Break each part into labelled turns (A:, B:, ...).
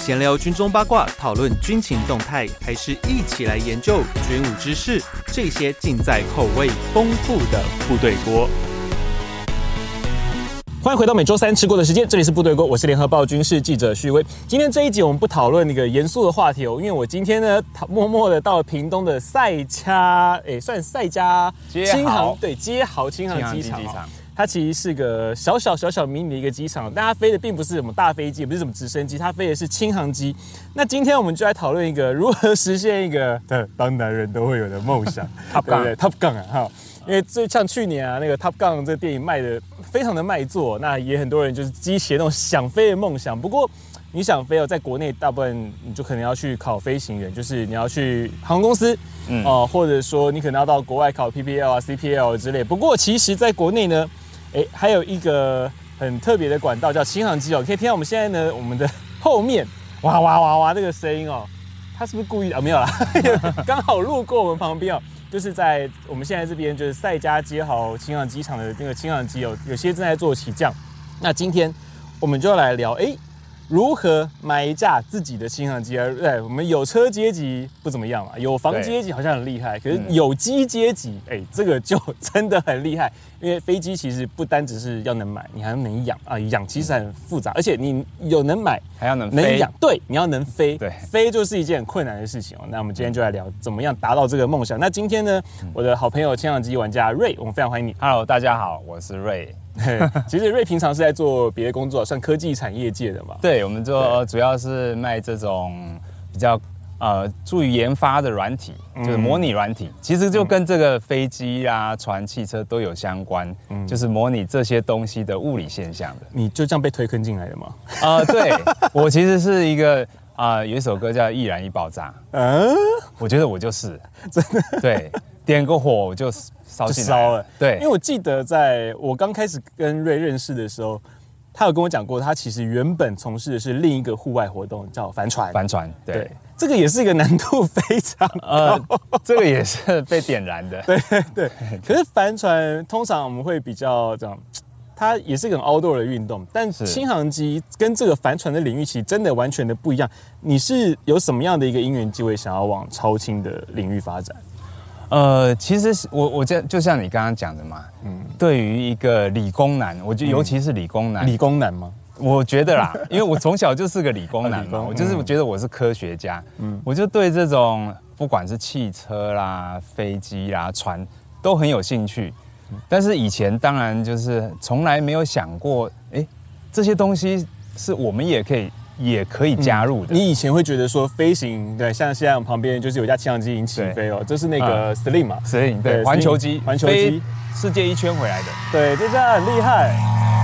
A: 闲聊军中八卦，讨论军情动态，还是一起来研究军武知识？这些尽在口味丰富的部队锅。
B: 欢迎回到每周三吃过的时间，这里是部队锅，我是联合报军事记者徐威。今天这一集我们不讨论那个严肃的话题哦，因为我今天呢，讨默默的到屏东的赛加，诶，算赛加
C: 街
B: 青
C: 豪
B: 航对街豪青航
C: 青航
B: 机
C: 机
B: 场、
C: 机
B: 哦
C: 场。
B: 它其实是个小小小小迷你的一个机场，但它飞的并不是什么大飞机，也不是什么直升机，它飞的是轻航机。那今天我们就来讨论一个如何实现一个呃当男人都会有的梦想
C: Top
B: 对
C: Gun
B: 不对 Top Gun 啊哈，因为最像去年啊那个 Top Gun 这个电影卖的非常的卖座，那也很多人就是激起那种想飞的梦想。不过你想飞哦，在国内大部分你就可能要去考飞行员，就是你要去航空公司，
C: 嗯
B: 哦，或者说你可能要到国外考 PPL 啊、CPL 之类。不过其实在国内呢，诶，还有一个很特别的管道叫轻航机哦，可以听到我们现在呢，我们的后面哇哇哇哇那个声音哦，他是不是故意的啊？没有啦， 刚好路过我们旁边哦。就是在我们现在这边，就是赛加街好青航机场的那个青航机有有些正在做起降。那今天我们就来聊，诶，如何买一架自己的轻航机？而对我们有车阶级不怎么样嘛，有房
C: 对
B: 阶级好像很厉害，可是
C: 嗯
B: 有机阶级，哎、这个就真的很厉害。因为飞机其实不单只是要能买，你还要能养啊，养其实很复杂，而且你有能买，
C: 还要能
B: 能
C: 飞
B: 养，对，你要能飞，
C: 对
B: 飞就是一件很困难的事情哦。那我们今天就来聊怎么样达到这个梦想。那今天呢，
C: 嗯
B: 我的好朋友千阳机玩家瑞，我们非常欢迎你。
C: Hello，大家好，我是瑞。
B: 嘿其实瑞平常是在做别的工作，算科技产业界的嘛。
C: 对，我们做主要是卖这种比较呃助于研发的软体，
B: 嗯
C: 就是模拟软体，其实就跟这个飞机啊、船、汽车都有相关，
B: 嗯
C: 就是模拟这些东西的物理现象 的。
B: 你就这样被推坑进来的吗？
C: 呃，对我其实是一个啊、呃有一首歌叫《易燃易爆炸》，
B: 嗯，
C: 我觉得 我就是真的对，点个火我就烧
B: 就
C: 起哦来
B: 烧了。
C: 对，
B: 因为我记得在我刚开始跟瑞认识的时候，他有跟我讲过，他其实原本从事的是另一个户外活动，叫帆船。
C: 帆船对。
B: 对，这个也是一个难度非常
C: 呃，这个也是被点燃的，对，
B: 可是帆船通常我们会比较这样，它也是一个很 outdoor 的运动，但
C: 是
B: 轻航机跟这个帆船的领域其实真的完全的不一样。你是有什么样的一个因缘机会想要往超轻的领域发展？
C: 呃，其实是我我这就像你刚刚讲的嘛，嗯，对于一个理工男，我觉得尤其是理工男，
B: 嗯理工男吗？
C: 我觉得 啦，因为我从小就是个理工男
B: 啊理
C: 嘛，
B: 工嗯
C: 我就是觉得我是科学家，嗯，我就对这种不管是汽车啦、飞机啦、船都很有兴趣，
B: 嗯
C: 但是以前当然就是从来没有想过，哎，这些东西是我们也可以也可以加入的，
B: 你以前会觉得说飞行，对，像现在我旁边就是有一架轻航机已经起
C: 对
B: 飞哦，这是那个 Slim 嘛，
C: 所以对
B: 对
C: 环
B: 所
C: 球
B: 以
C: 机，
B: 环球机
C: 飞世界一圈回来的，
B: 对，这架很厉害。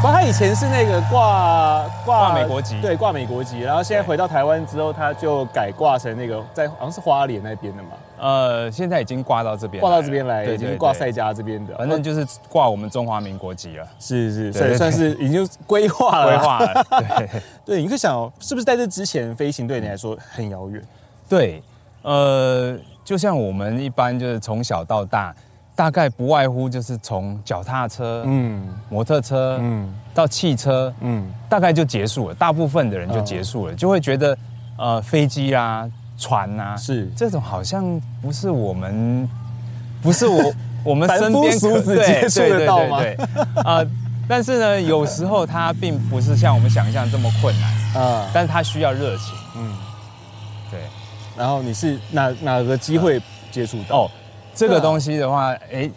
B: 不过他以前是那个挂挂
C: 挂美国籍
B: 对，挂美国籍，然后现在
C: 对
B: 回到台湾之后，他就改挂成那个在好像是花莲那边的嘛。
C: 呃，现在已经挂到这边了，
B: 挂到这边来，
C: 对
B: 已
C: 对
B: 经
C: 对
B: 挂赛加这边的，哦
C: 反正就是挂我们中华民国籍了，
B: 是是，
C: 对
B: 所以
C: 对
B: 算是已经规划了。
C: 规。划了。 对
B: 对，你会想哦，是不是在这之前飞行对你来说很遥远？
C: 对，呃，就像我们一般就是从小到大，大概不外乎就是从脚踏车、
B: 嗯
C: 摩托车，
B: 嗯
C: 到汽车，
B: 嗯，
C: 大概就结束了。大部分的人就结束了，就会觉得呃，飞机啊、船啊，
B: 是
C: 这种好像不是我们，不 是我我们身
B: 凡
C: 边
B: 夫
C: 可
B: 俗子
C: 对
B: 接触得到吗
C: 对对对对呃，但是呢，有时候它并不是像我们想象这么困难，
B: 啊，
C: 但是它需要热情。
B: 嗯。
C: 对，
B: 然后你是哪哪个机会接触到？
C: 嗯哦，这个东西的话，哎、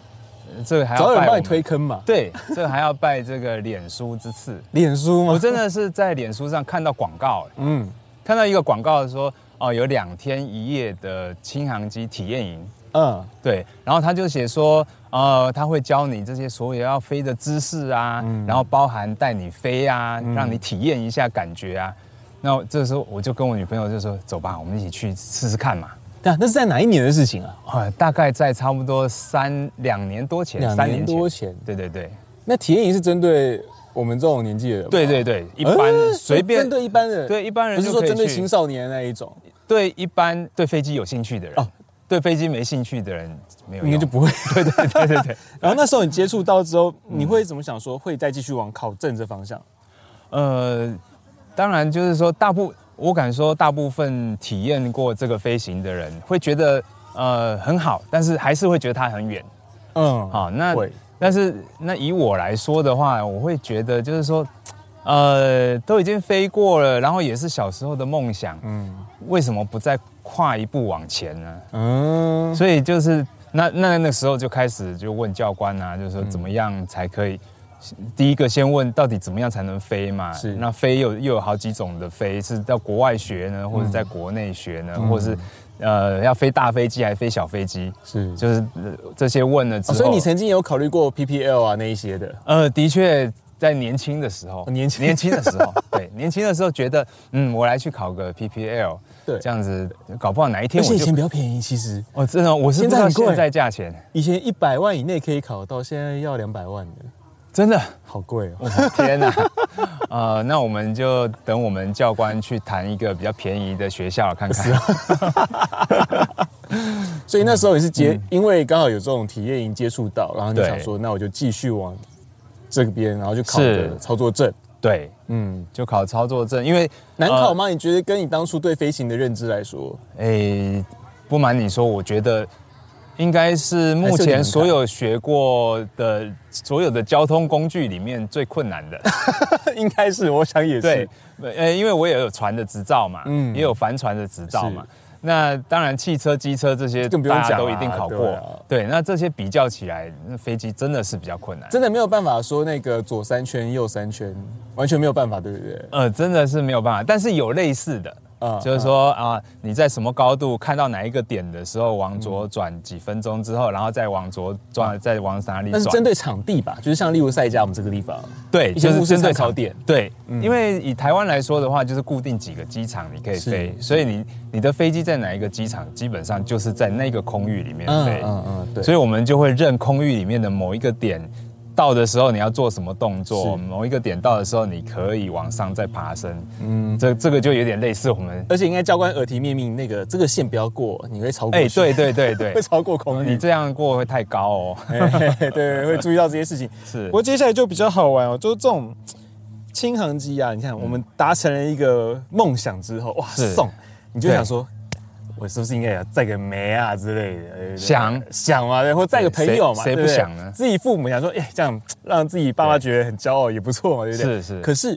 C: 这个还
B: 总
C: 要
B: 啊要有人
C: 拜我
B: 帮你
C: 们
B: 推，坑嘛？
C: 对，这个还要拜这个脸书之赐。
B: 脸书
C: 我
B: 吗？
C: 真的是在脸书上看到广告，哎
B: 嗯，
C: 看到一个广告说，哦，有两天一夜的轻航机体验营，
B: 嗯
C: 对，然后他就写说，呃，他会教你这些所有要飞的姿势啊，
B: 嗯
C: 然后包含带你飞啊，让你体验一下感觉啊。那这时候我就跟我女朋友就说，走吧，我们一起去试试看嘛。
B: 但那是在哪一年的事情啊？
C: 啊，大概在差不多三两年多前，
B: 两
C: 三
B: 年多前。
C: 对对对，
B: 那体验营是针对我们这种年纪的人吗？
C: 对对对，一
B: 呃，
C: 般随便
B: 针对一般人，
C: 对一般人
B: 不是
C: 就
B: 说
C: 可以
B: 针对
C: 去
B: 青少年那一种，
C: 对一般对飞机有兴趣的人
B: 哦，
C: 对飞机没兴趣的人没有
B: 应该
C: 用
B: 就。不会。
C: 对对对对对，
B: 然后那时候你接触到之后，你会怎么想说会再继续往考证这方向？
C: 呃，当然就是说大部我敢说，大部分体验过这个飞行的人会觉得呃很好，但是还是会觉得它很远。
B: 嗯，
C: 好，那
B: 会
C: 但是那以我来说的话，我会觉得就是说，呃，都已经飞过了，然后也是小时候的梦想，
B: 嗯
C: 为什么不再跨一步往前呢？
B: 嗯，
C: 所以就是那那那时候就开始就问教官啊，就是说怎么样才可以。第一个先问到底怎么样才能飞嘛？
B: 是
C: 那飞又又有好几种的飞，是到国外学
B: 嗯
C: 呢，或者在国内学呢，或者是呃要飞大飞机还是飞小飞机？
B: 是
C: 就是、呃这些问了之
B: 哦
C: 后，
B: 所以你曾经有考虑过 PPL 啊那一些的，
C: 呃，的确，在年轻的时候，
B: 哦年轻
C: 年轻的时 候，对，年轻的时候觉得，嗯，我来去考个 PPL，
B: 对
C: 这样子，搞不好哪一
B: 而
C: 天
B: 且
C: 我
B: 以前
C: 就，
B: 比较便宜，其实
C: 哦，真的，我是不
B: 现
C: 知
B: 在
C: 道
B: 很贵
C: 现在价钱，
B: 以前一百万以内可以考到，现在要两百万的，
C: 真的，
B: 好贵哦。
C: 我的天哪、 呃，那我们就等我们教官去谈一个比较便宜的学校看看，
B: 啊所以那时候也是接，因为刚好有这种体验营接触到，然后你
C: 嗯对
B: 想说，那我就继续往这边，然后就考
C: 是
B: 个操作证。
C: 对，
B: 嗯，
C: 就考操作证，因为
B: 难考
C: 呃
B: 吗？你觉得跟你当初对飞行的认知来说，
C: 诶、呃哎不瞒你说，我觉得应该是目前所有学过的所有的交通工具里面最困难 的。
B: 应该是，我想也
C: 对
B: 是。，
C: 呃，因为我也有船的执照嘛，
B: 嗯
C: 也有帆船的执照嘛
B: 是。
C: 那当然，汽车、机车这些
B: 更不用
C: 大
B: 讲
C: 家都
B: 啦
C: 一定考
B: 对
C: 过
B: 啊。
C: 对，那这些比较起来，那飞机真的是比较困难。
B: 真的没有办法说那个左三圈右三圈，完全没有办法，对不对？
C: 呃，真的是没有办法，但是有类似的。
B: 啊
C: 就是说啊，你在什么高度看到哪一个点的时候，往
B: 嗯
C: 左转几分钟之后，然后再往左转，再往哪里
B: 啊那
C: 转？
B: 是针对场地吧，就是像例如赛家我们这个地方，
C: 对，
B: 一些
C: 就是
B: 故事
C: 针
B: 参
C: 对
B: 考
C: 场
B: 点。嗯
C: 对，因为以台湾来说的话，就是固定几个机场你可以飞，
B: 是
C: 所以你你的飞机在哪一个机场，基本上就是在那个空域里面
B: 嗯
C: 飞。
B: 嗯嗯，对。
C: 所以我们就会认空域里面的某一个点。到的时候你要做什么动作？
B: 是
C: 某一个点到的时候，你可以往上再爬升。嗯，这这个就有点类似 我们，
B: 而且应该教官耳提面命，那个这个线不要过，你会超过。
C: 哎、对，对对 对
B: 会，超过空
C: 你
B: 域。
C: 这样过会太高哦。
B: 对对，会注意到这些事情。
C: 是，
B: 我接下来就比较好玩哦，就是这种轻航机啊，你看我们达成了一个梦想之后，哇，
C: 是
B: 送你就想说。我是不是应该要载个妹啊之类的？对不对
C: 想
B: 想嘛，对或载个朋友嘛，
C: 谁谁
B: 对对
C: 不想呢
B: 自己父母想说，哎、这样让自己爸妈
C: 对
B: 觉得很骄傲也不错嘛，对不对？
C: 是是
B: 可是，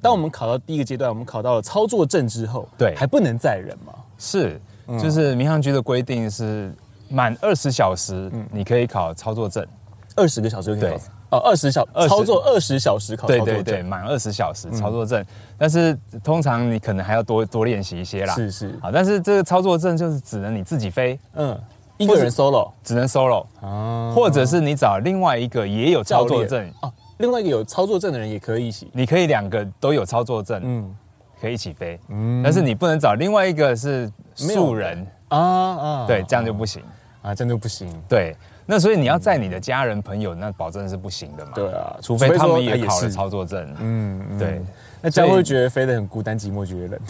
B: 当我们考到第一个阶段，我们考到了操作证之后，
C: 对
B: 还不能载人嘛，
C: 是，
B: 嗯
C: 就是民航局的规定是满二十小时
B: 嗯
C: 你可以考操作证。
B: 二十个小时就可以
C: 对
B: 考。哦，二十小
C: 20
B: 操作二十小时考操
C: 对
B: 作
C: 对
B: 证，嗯
C: 对，满二十小时操作证，但是通常你可能还要多多练习一些啦。
B: 是是
C: 好，但是这个操作证就是只能你自己飞，
B: 嗯，一个人 solo
C: 只能 solo，、
B: 啊
C: 或者是你找另外一个也有操作证，
B: 哦，另外一个有操作证的人也可以一起。
C: 你可以两个都有操作证，
B: 嗯
C: 可以一起飞。但是你不能找另外一个是
B: 没有
C: 素人，
B: 啊啊，
C: 对，这样就不行。
B: 啊，这样就不行。
C: 对，那所以你要载你的家人朋友，那保证是不行的嘛。
B: 对啊
C: 除非他
B: 除非
C: 们
B: 说
C: 也
B: 他
C: 考
B: 也
C: 了
B: 是
C: 操作证。
B: 嗯，嗯
C: 对，
B: 那这样会
C: 所以
B: 觉得飞得很孤单、寂寞、觉得冷。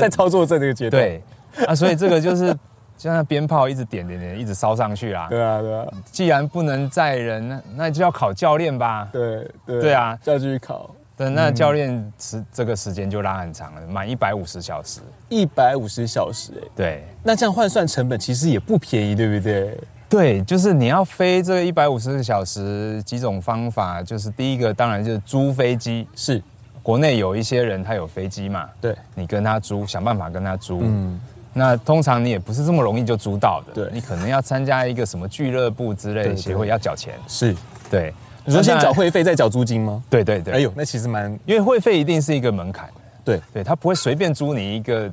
B: 在操作证这个阶段，
C: 对，啊，所以这个就是 就像鞭炮一直点点点，一直烧上去啦。
B: 对啊，对啊，
C: 既然不能载人，那那就要考教练吧。
B: 对对
C: 对啊
B: 就要继续考
C: 对，那教练时这个时间就拉很长了，满一百五十小时。
B: 一百五十小时，哎，
C: 对
B: 那这样换算成本其实也不便宜，对不对？
C: 对，就是你要飞这一百五十个小时，几种方法，就是第一个当然就是租飞机，
B: 是，
C: 国内有一些人他有飞机嘛，
B: 对，
C: 你跟他租，想办法跟他租。
B: 嗯，
C: 那通常你也不是这么容易就租到的，
B: 对
C: 你可能要参加一个什么俱乐部之
B: 对
C: 类的
B: 对
C: 协会要缴钱，
B: 是。
C: 对。
B: 你说先
C: 那
B: 缴会费再缴租金吗？
C: 对对对，
B: 哎呦，那其实蛮
C: 因为会费一定是一个门槛，
B: 对
C: 对他不会随便租你一个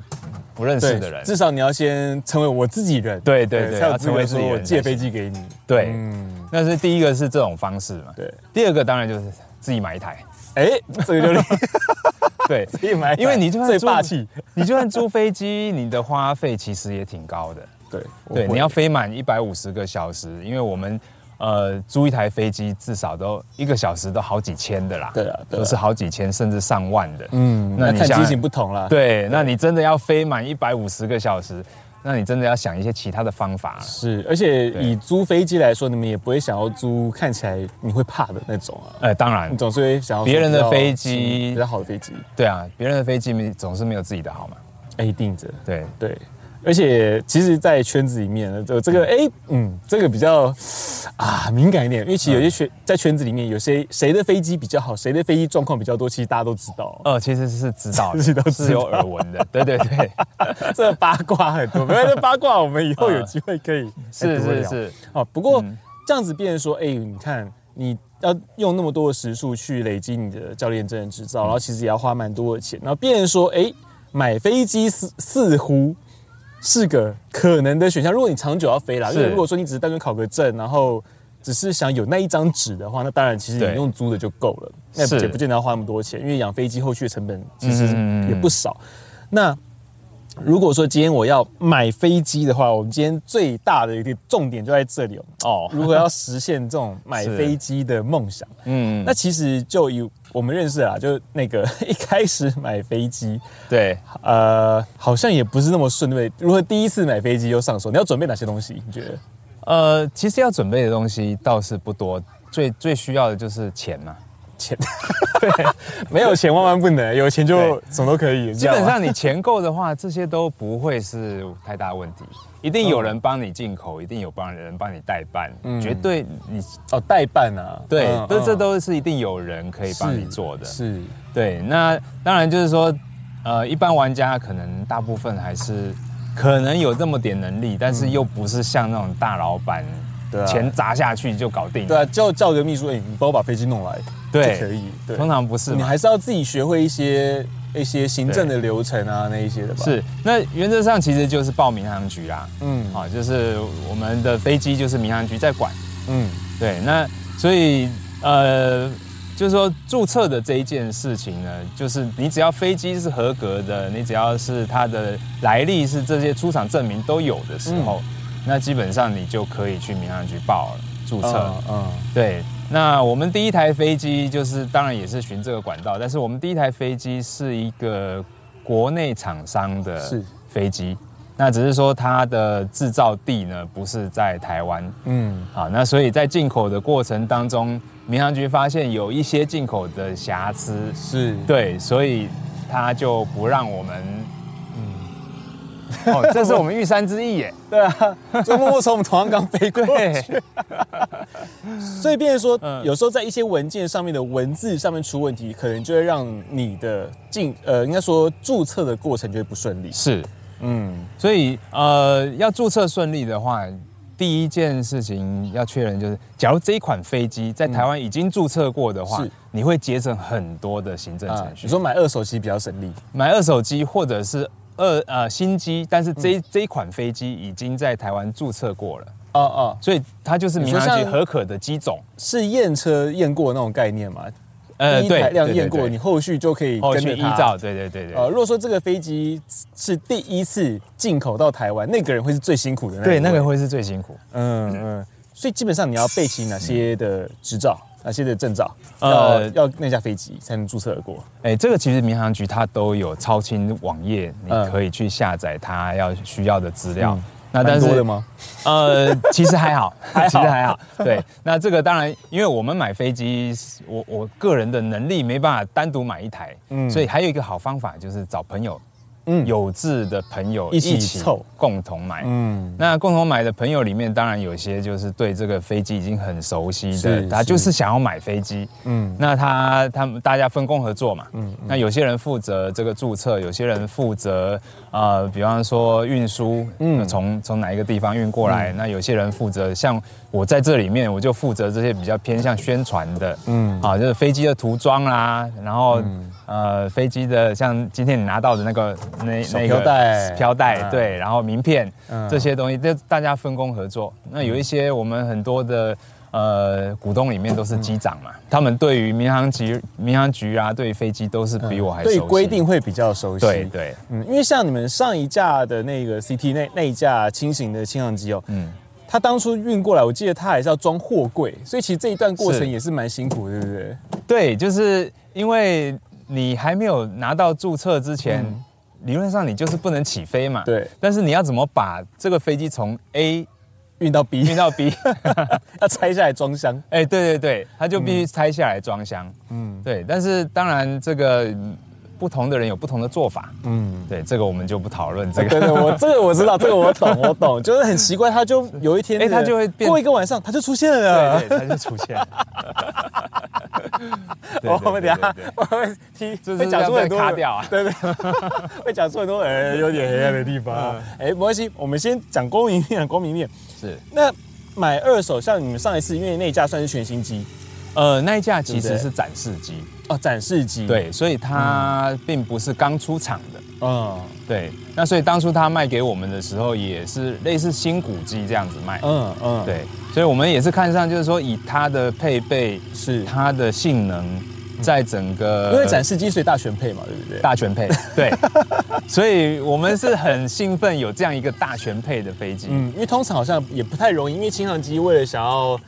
C: 不认识的人，
B: 至少你要先成为我自己人，
C: 对对对
B: 才有
C: 要
B: 资
C: 成
B: 格
C: 为自
B: 说
C: 己
B: 我
C: 人
B: 借
C: 才
B: 飞
C: 行
B: 机给你。
C: 对，
B: 嗯，
C: 那是第一个是这种方式嘛，
B: 对，
C: 第二个当然就是自己买一台，
B: 哎，这个就厉害
C: 对，
B: 自己买一台，
C: 因为你就算
B: 最
C: 租
B: 霸气，，
C: 你就算租飞机，你的花费其实也挺高的，
B: 对
C: 对，你要飞满一百五十个小时，因为我们呃租一台飞机至少都一个小时都好几千的啦，
B: 对啊对啊
C: 都是好几千甚至上万的，
B: 嗯，那
C: 那你
B: 看
C: 想
B: 机型不同啦，，
C: 对，那你真的要飞满一百五十个小时，那你真的要想一些其他的方法了。
B: 是，而且
C: 对
B: 以租飞机来说，你们也不会想要租看起来你会怕的那种啊，
C: 呃，当然
B: 你，总是会想要
C: 别人的
B: 比较
C: 飞机
B: 嗯比较好的飞机，
C: 对啊，别人的飞机没总是没有自己的好嘛。
B: 哎，定着，
C: 对，
B: 对。而且，其实，在圈子里面，呃，这个，哎，嗯，这个比较啊敏感一点，因为其
C: 嗯
B: 实有些圈在圈子里面，有些谁的飞机比较好，谁的飞机状况比较多，其实大家都知 道，
C: 呃，其实是 知道的，
B: 自己都知道
C: 是有耳闻的。对 对对，
B: 这八卦很多，没有这八卦，我们以后有机会可以
C: 是
B: 多
C: 是
B: 聊
C: 是，
B: 哦，不过、
C: 嗯
B: 这样子变成说，哎、你看你要用那么多的时数去累积你的教练证人执照，
C: 嗯
B: 然后其实也要花蛮多的钱，然后变成说，哎、买飞机似似乎是个可能的选项。如果你长久要飞啦，因
C: 是
B: 为如果说你只是单纯考个证，然后只是想有那一张纸的话，那当然其实你
C: 对
B: 用租的就够了，那
C: 是
B: 也不见得要花那么多钱，因为养飞机后续的成本其实
C: 嗯
B: 也不少。那如果说今天我要买飞机的话，我们今天最大的一个重点就在这里哦。
C: 哦，
B: 如何要实现这种买
C: 是
B: 飞机的梦想？
C: 嗯，
B: 那其实就以我们认识啊，就那个 一开始买飞机，
C: 对，
B: 呃，好像也不是那么顺利。如何第一次买飞机就上手？你要准备哪些东西？你觉 得？
C: 呃，其实要准备的东西倒是不多，最最需要的就是钱嘛。
B: 钱？对，没有钱万万不能，有钱就什么都可以。
C: 基本
B: 你知道吗
C: 上你钱够的话，这些都不会是太大问题。一定有
B: 嗯
C: 人帮你进口，一定有帮人帮你代办，绝对你
B: 哦，代办啊，
C: 对
B: 嗯，
C: 这这
B: 嗯
C: 都是一定有人可以帮你
B: 是
C: 做的。
B: 是
C: 对，那当然就是说，呃，一般玩家可能大部分还是可能有这么点能力，但是又不是像那种大老板
B: 对啊，
C: 钱砸下去就搞定。
B: 对啊，叫叫个秘书，哎、你帮我把飞机弄来，
C: 对
B: 就可以。对，
C: 通常不是
B: 你
C: 嘛。
B: 还是要自己学会一些一些行政的流程啊，那一些的吧。，
C: 是，那原则上其实就是报民航局啦，
B: 嗯，
C: 好、就是我们的飞机就是民航局在管，
B: 嗯，
C: 对，那所以呃，就是说注册的这一件事情呢，就是你只要飞机是合格的，你只要是它的来历是这些出厂证明都有的时候，那基本上你就可以去民航局报了注册。
B: 嗯嗯，
C: 对，那我们第一台飞机就是当然也是循这个管道，但是我们第一台飞机是一个国内厂商的
B: 是
C: 飞机，那只是说它的制造地呢不是在台湾，
B: 嗯，
C: 好，那所以在进口的过程当中，民航局发现有一些进口的瑕疵，
B: 是，
C: 对，所以他就不让我们，嗯，哦，这是我们玉山之意耶，
B: 对啊，就默默从我们头上刚飞过，
C: 对，
B: 所以变成说，
C: 嗯
B: 有时候在一些文件上面的文字上面出问题，可能就会让你的进呃，应该说注册的过程就会不顺利。
C: 是，
B: 嗯，
C: 所以呃，要注册顺利的话，第一件事情要确认就是，假如这一款飞机在台湾已经注册过的话，
B: 是
C: 你会节省很多的行政
B: 啊
C: 程，序。
B: 你说买二手机比较省力，
C: 买二手机或者是二呃新机，但是
B: 嗯
C: 这一、这一款飞机已经在台湾注册过了，
B: 哦哦，
C: 所以它就是民
B: 你说
C: 航局
B: 像
C: 合可的机种。呃
B: 是验车验过那种概念嘛？第一台辆验过，你后续就可以
C: 后
B: 跟
C: 哦去
B: 着
C: 依
B: 它
C: 照，对对对对。
B: 呃，如果说这个飞机是第一次进口到台湾，那个人会是最辛苦的那一
C: 对，那
B: 位
C: 个，会是最辛苦。
B: 嗯嗯，所以基本上你要备齐哪些的执照，哪些的证照，要、
C: 呃
B: 要那架飞机才能注册得过。
C: 哎，这个其实民航局它都有超清网页，你
B: 嗯
C: 可以去下载它要需要的资料
B: 嗯。
C: 那但
B: 蛮多
C: 是
B: 的吗？
C: 呃，其实还好，其实还好。对，那这个当然，因为我们买飞机，我我个人的能力没办法单独买一台，
B: 嗯
C: 所以还有一个好方法就是找朋友，
B: 嗯
C: 有志的朋友
B: 一起凑
C: 共同买。
B: 嗯，
C: 那共同买的朋友里面，当然有些就是对这个飞机已经很熟悉的
B: 是，
C: 他就是想要买飞机。
B: 嗯
C: 嗯，那他他们大家分工合作嘛。嗯，那有些人负责这个注册，有些人负责呃，比方说运输，嗯，从从哪一个地方运过来。那有些人负责，像我在这里面，我就负责这些比较偏向宣传的。
B: 嗯
C: 嗯，啊，就是飞机的涂装啦，然后、呃，飞机的像今天你拿到的那个那
B: 小
C: 那个
B: 飘带
C: 飘带，
B: 嗯
C: 啊对。对，然后名片、
B: 嗯
C: 这些东西，这大家分工合作。那有一些我们很多的呃股东里面都是机长嘛，
B: 嗯
C: 他们对于民航局、民航局啊，对于飞机都是比我还熟悉。
B: 嗯对规定会比较熟悉。
C: 对对，
B: 嗯，因为像你们上一架的那个 CT 那那一架轻型的轻航机哦，
C: 嗯，
B: 它当初运过来，我记得它还是要装货柜，所以其实这一段过程
C: 是
B: 也是蛮辛苦的，对不对？
C: 对，就是因为你还没有拿到注册之前，理论上你就是不能起飞嘛。
B: 嗯对。
C: 但是你要怎么把这个飞机从 A
B: 运到 B，
C: 运到 B？
B: 要拆下来装箱。
C: 哎、对对对，它就必须拆下来装箱。
B: 嗯
C: 对，但是当然这个嗯不同的人有不同的做法。
B: 嗯，
C: 对，这个我们就不讨论这
B: 对对，
C: 个。
B: 我这个我知道，这个我懂，我懂，就是很奇怪，他就有一天，
C: 哎它就会变
B: 过一个晚上，他就出现了。
C: 对对，它就出现了。对
B: 我们等一下
C: 对对对
B: 我会踢，
C: 这
B: 会
C: 是
B: 讲出
C: 要被
B: 很多
C: 卡掉啊
B: 对 对，会讲出很多呃有点黑暗的地方 啊。哎，没关系，我们先讲光明面，光明面。
C: 是
B: 那买二手，像你们上一次，因为那架算是全新机
C: 呃，那一架其
B: 对
C: 实
B: 不对
C: 是展示机，
B: 哦，展示机。，
C: 对，所以它并不是刚出厂的。
B: 嗯
C: 对，那所以当初他卖给我们的时候，也是类似新古机这样子卖。
B: 嗯嗯，，
C: 对，所以我们也是看上，就是说以它的配备、
B: 是，
C: 它的性能，在整个
B: 因为展示机所以大全配嘛，对不对？
C: 大全配，对，所以我们是很兴奋有这样一个大全配的飞机。
B: 嗯，因为通常好像也不太容易，因为轻航机为了想要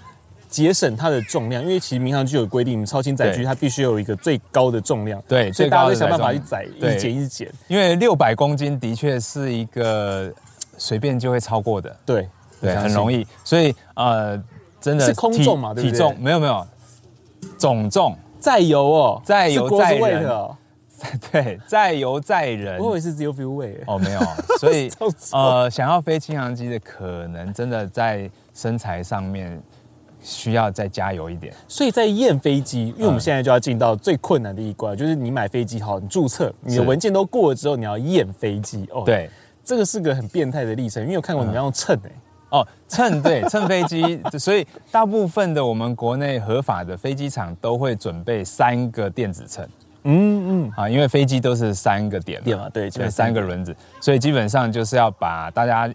B: 节省它的重量，因为其实民航局有规定，超轻载具
C: 对
B: 它必须有一个最高的重量，
C: 对
B: 所以
C: 最
B: 大家
C: 高
B: 会
C: 的
B: 想办法去
C: 载重
B: 载，一
C: 对
B: 直减一直减，
C: 因为六百公斤的确是一个随便就会超过的，
B: 对
C: 对，很容
B: 易。
C: 易。所以呃，真的
B: 是空
C: 体
B: 重嘛对不对
C: 体重没有没有，总重
B: 载油哦，
C: 载油
B: 是锅是
C: 载
B: weight
C: 人嗯
B: 哦，
C: 对，载油载人。
B: 我以为是 zero fuel weight。
C: 哦，没有，所以
B: 超重
C: 呃，想要飞轻航机的，可能真的在身材上面需要再加油一点。
B: 所以在验飞机，因为我们
C: 嗯
B: 现在就要进到最困难的一关，就是你买飞机好，你注册，你的
C: 是
B: 文件都过了之后，你要验飞机哦。，
C: 对，嗯
B: 这个是个很变态的历程，因为我看过你们要用秤哎、
C: 哦，乘对乘飞机， 所以大部分的我们国内合法的飞机场都会准备三个电子秤
B: 嗯嗯，
C: 啊，因为飞机都是三个点嘛，
B: 对嘛对，基
C: 对，
B: 本
C: 三个轮子，所以基本上就是要把大家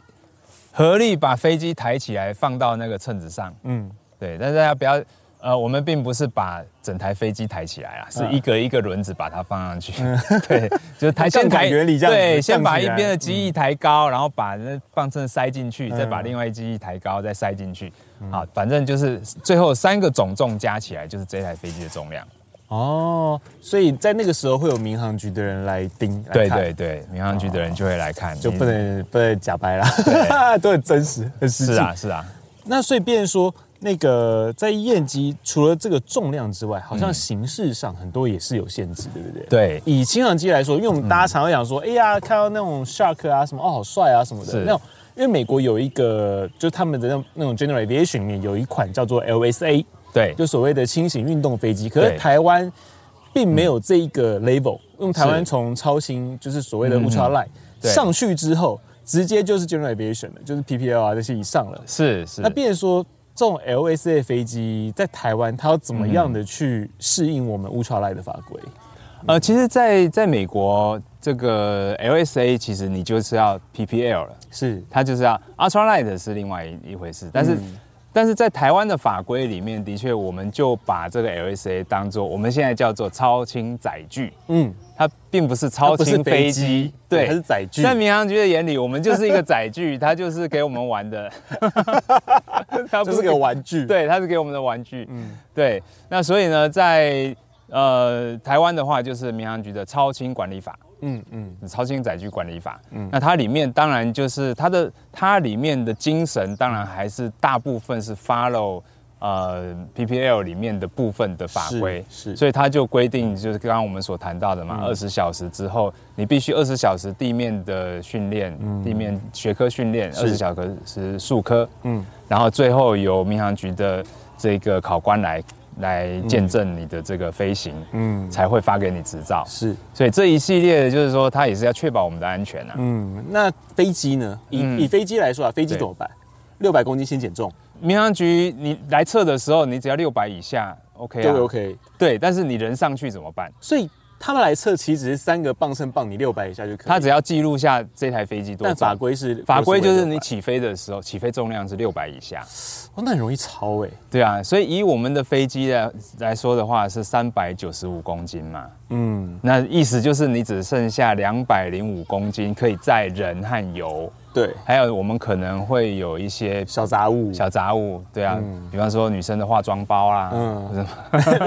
C: 合力把飞机抬起来放到那个秤子上。
B: 嗯。
C: 对，但是大家不要，呃，我们并不是把整台飞机抬起来啦，是一个一个轮子把它放上去。 对，就是抬
B: 嗯 杠
C: 先
B: 杆
C: 抬
B: 原理这样子
C: 对，先
B: 杠
C: 把
B: 起
C: 一
B: 来
C: 边的机翼抬高，然后把那磅秤塞进去，再把
B: 嗯
C: 另外一机翼抬高，再塞进去。好，反正就是最后三个总重加起来就是这台飞机的重量。
B: 哦，所以在那个时候会有民航局的人来盯，来
C: 对
B: 看
C: 对对，民航局的人就会来看，
B: 哦就
C: 你
B: 不能不能假掰啦， 都很真实，很实际。
C: 是啊是啊，
B: 那所以变成说，那个在验机除了这个重量之外，好像形式上很多也是有限制，对不对？。
C: 对嗯
B: 以轻航机来说，因为我们大家常会讲说，哎呀，看到那种 Shark 啊什么，哦，好帅啊什么的，
C: 是
B: 那种。因为美国有一个，就是他们的那种那种 General Aviation 里面有一款叫做 LSA，
C: 对
B: 就所谓的轻型运动飞机，可是
C: 对嗯
B: 台湾并没有这一个 level，因为台湾
C: 是
B: 从超新就是所谓的
C: 嗯
B: Ultra Light、
C: 对
B: 上去之后，直接就是 General Aviation 了，就是 PPL 啊这些以上了。
C: 是是
B: 那。变成说这种 LSA 飞机在台湾，它要怎么
C: 嗯
B: 样的去适应我们 Ultra Light 的法规？
C: 呃，其实在，在美国这个 LSA 其实你就是要 PPL 了。
B: 是
C: 它就是要 ultralight 是另外一一回事，但是、
B: 嗯
C: 但是在台湾的法规里面，的确我们就把这个 LSA 当做我们现在叫做超轻载具，
B: 嗯，
C: 它并不是超
B: 它不是
C: 轻
B: 飞
C: 飞
B: 机
C: 机，
B: 对它是载具
C: 在民航局的眼里，我们就是一个载具，它就是给我们 玩的，它
B: 就是个玩具。，
C: 对，它是给我们的玩具。嗯，对。那所以呢，在呃台湾的话，就是民航局的超轻管理法。
B: 嗯嗯，
C: 超轻载具管理法，嗯，那它里面当然就是它的它里面的精神，当然还是大部分是 follow 呃 PPL 里面的部分的法规，
B: 是是嗯
C: 所以它就规定就是刚刚我们所谈到的嘛，二十、小时之后你必须二十小时地面的训练，地面学科训练，二十小时数科，
B: 嗯
C: 嗯，然后最后由民航局的这个考官来来见证你的这个飞行，
B: 嗯
C: 嗯，才会发给你执照，
B: 是。
C: 所以这一系列的就是说，它也是要确保我们的安全啊。
B: 嗯，那飞机呢？以、
C: 嗯
B: 以飞机来说啊，飞机
C: 对
B: 怎么办？六百公斤先减重
C: 民航局你来测的时候，你只要六百以下，OK 啊
B: 都 OK。
C: 对，但是你人上去怎么办？
B: 所以他们来测其实只是三个磅秤磅你六百以下就可以。
C: 他只要记录下这台飞机多
B: 但
C: 重。
B: 法规是
C: 法规就是你
B: 600
C: 起飞的时候，起飞重量是六百以下。
B: 哦，那很容易超哎、
C: 对啊，所以以我们的飞机来来说的话，是三百九十五公斤嘛。
B: 嗯，
C: 那意思就是你只剩下两百零五公斤可以载人和油，
B: 对，
C: 还有我们可能会有一些
B: 小杂物，
C: 小杂物，对啊，比方说女生的化妆包啦，
B: 嗯
C: 嗯，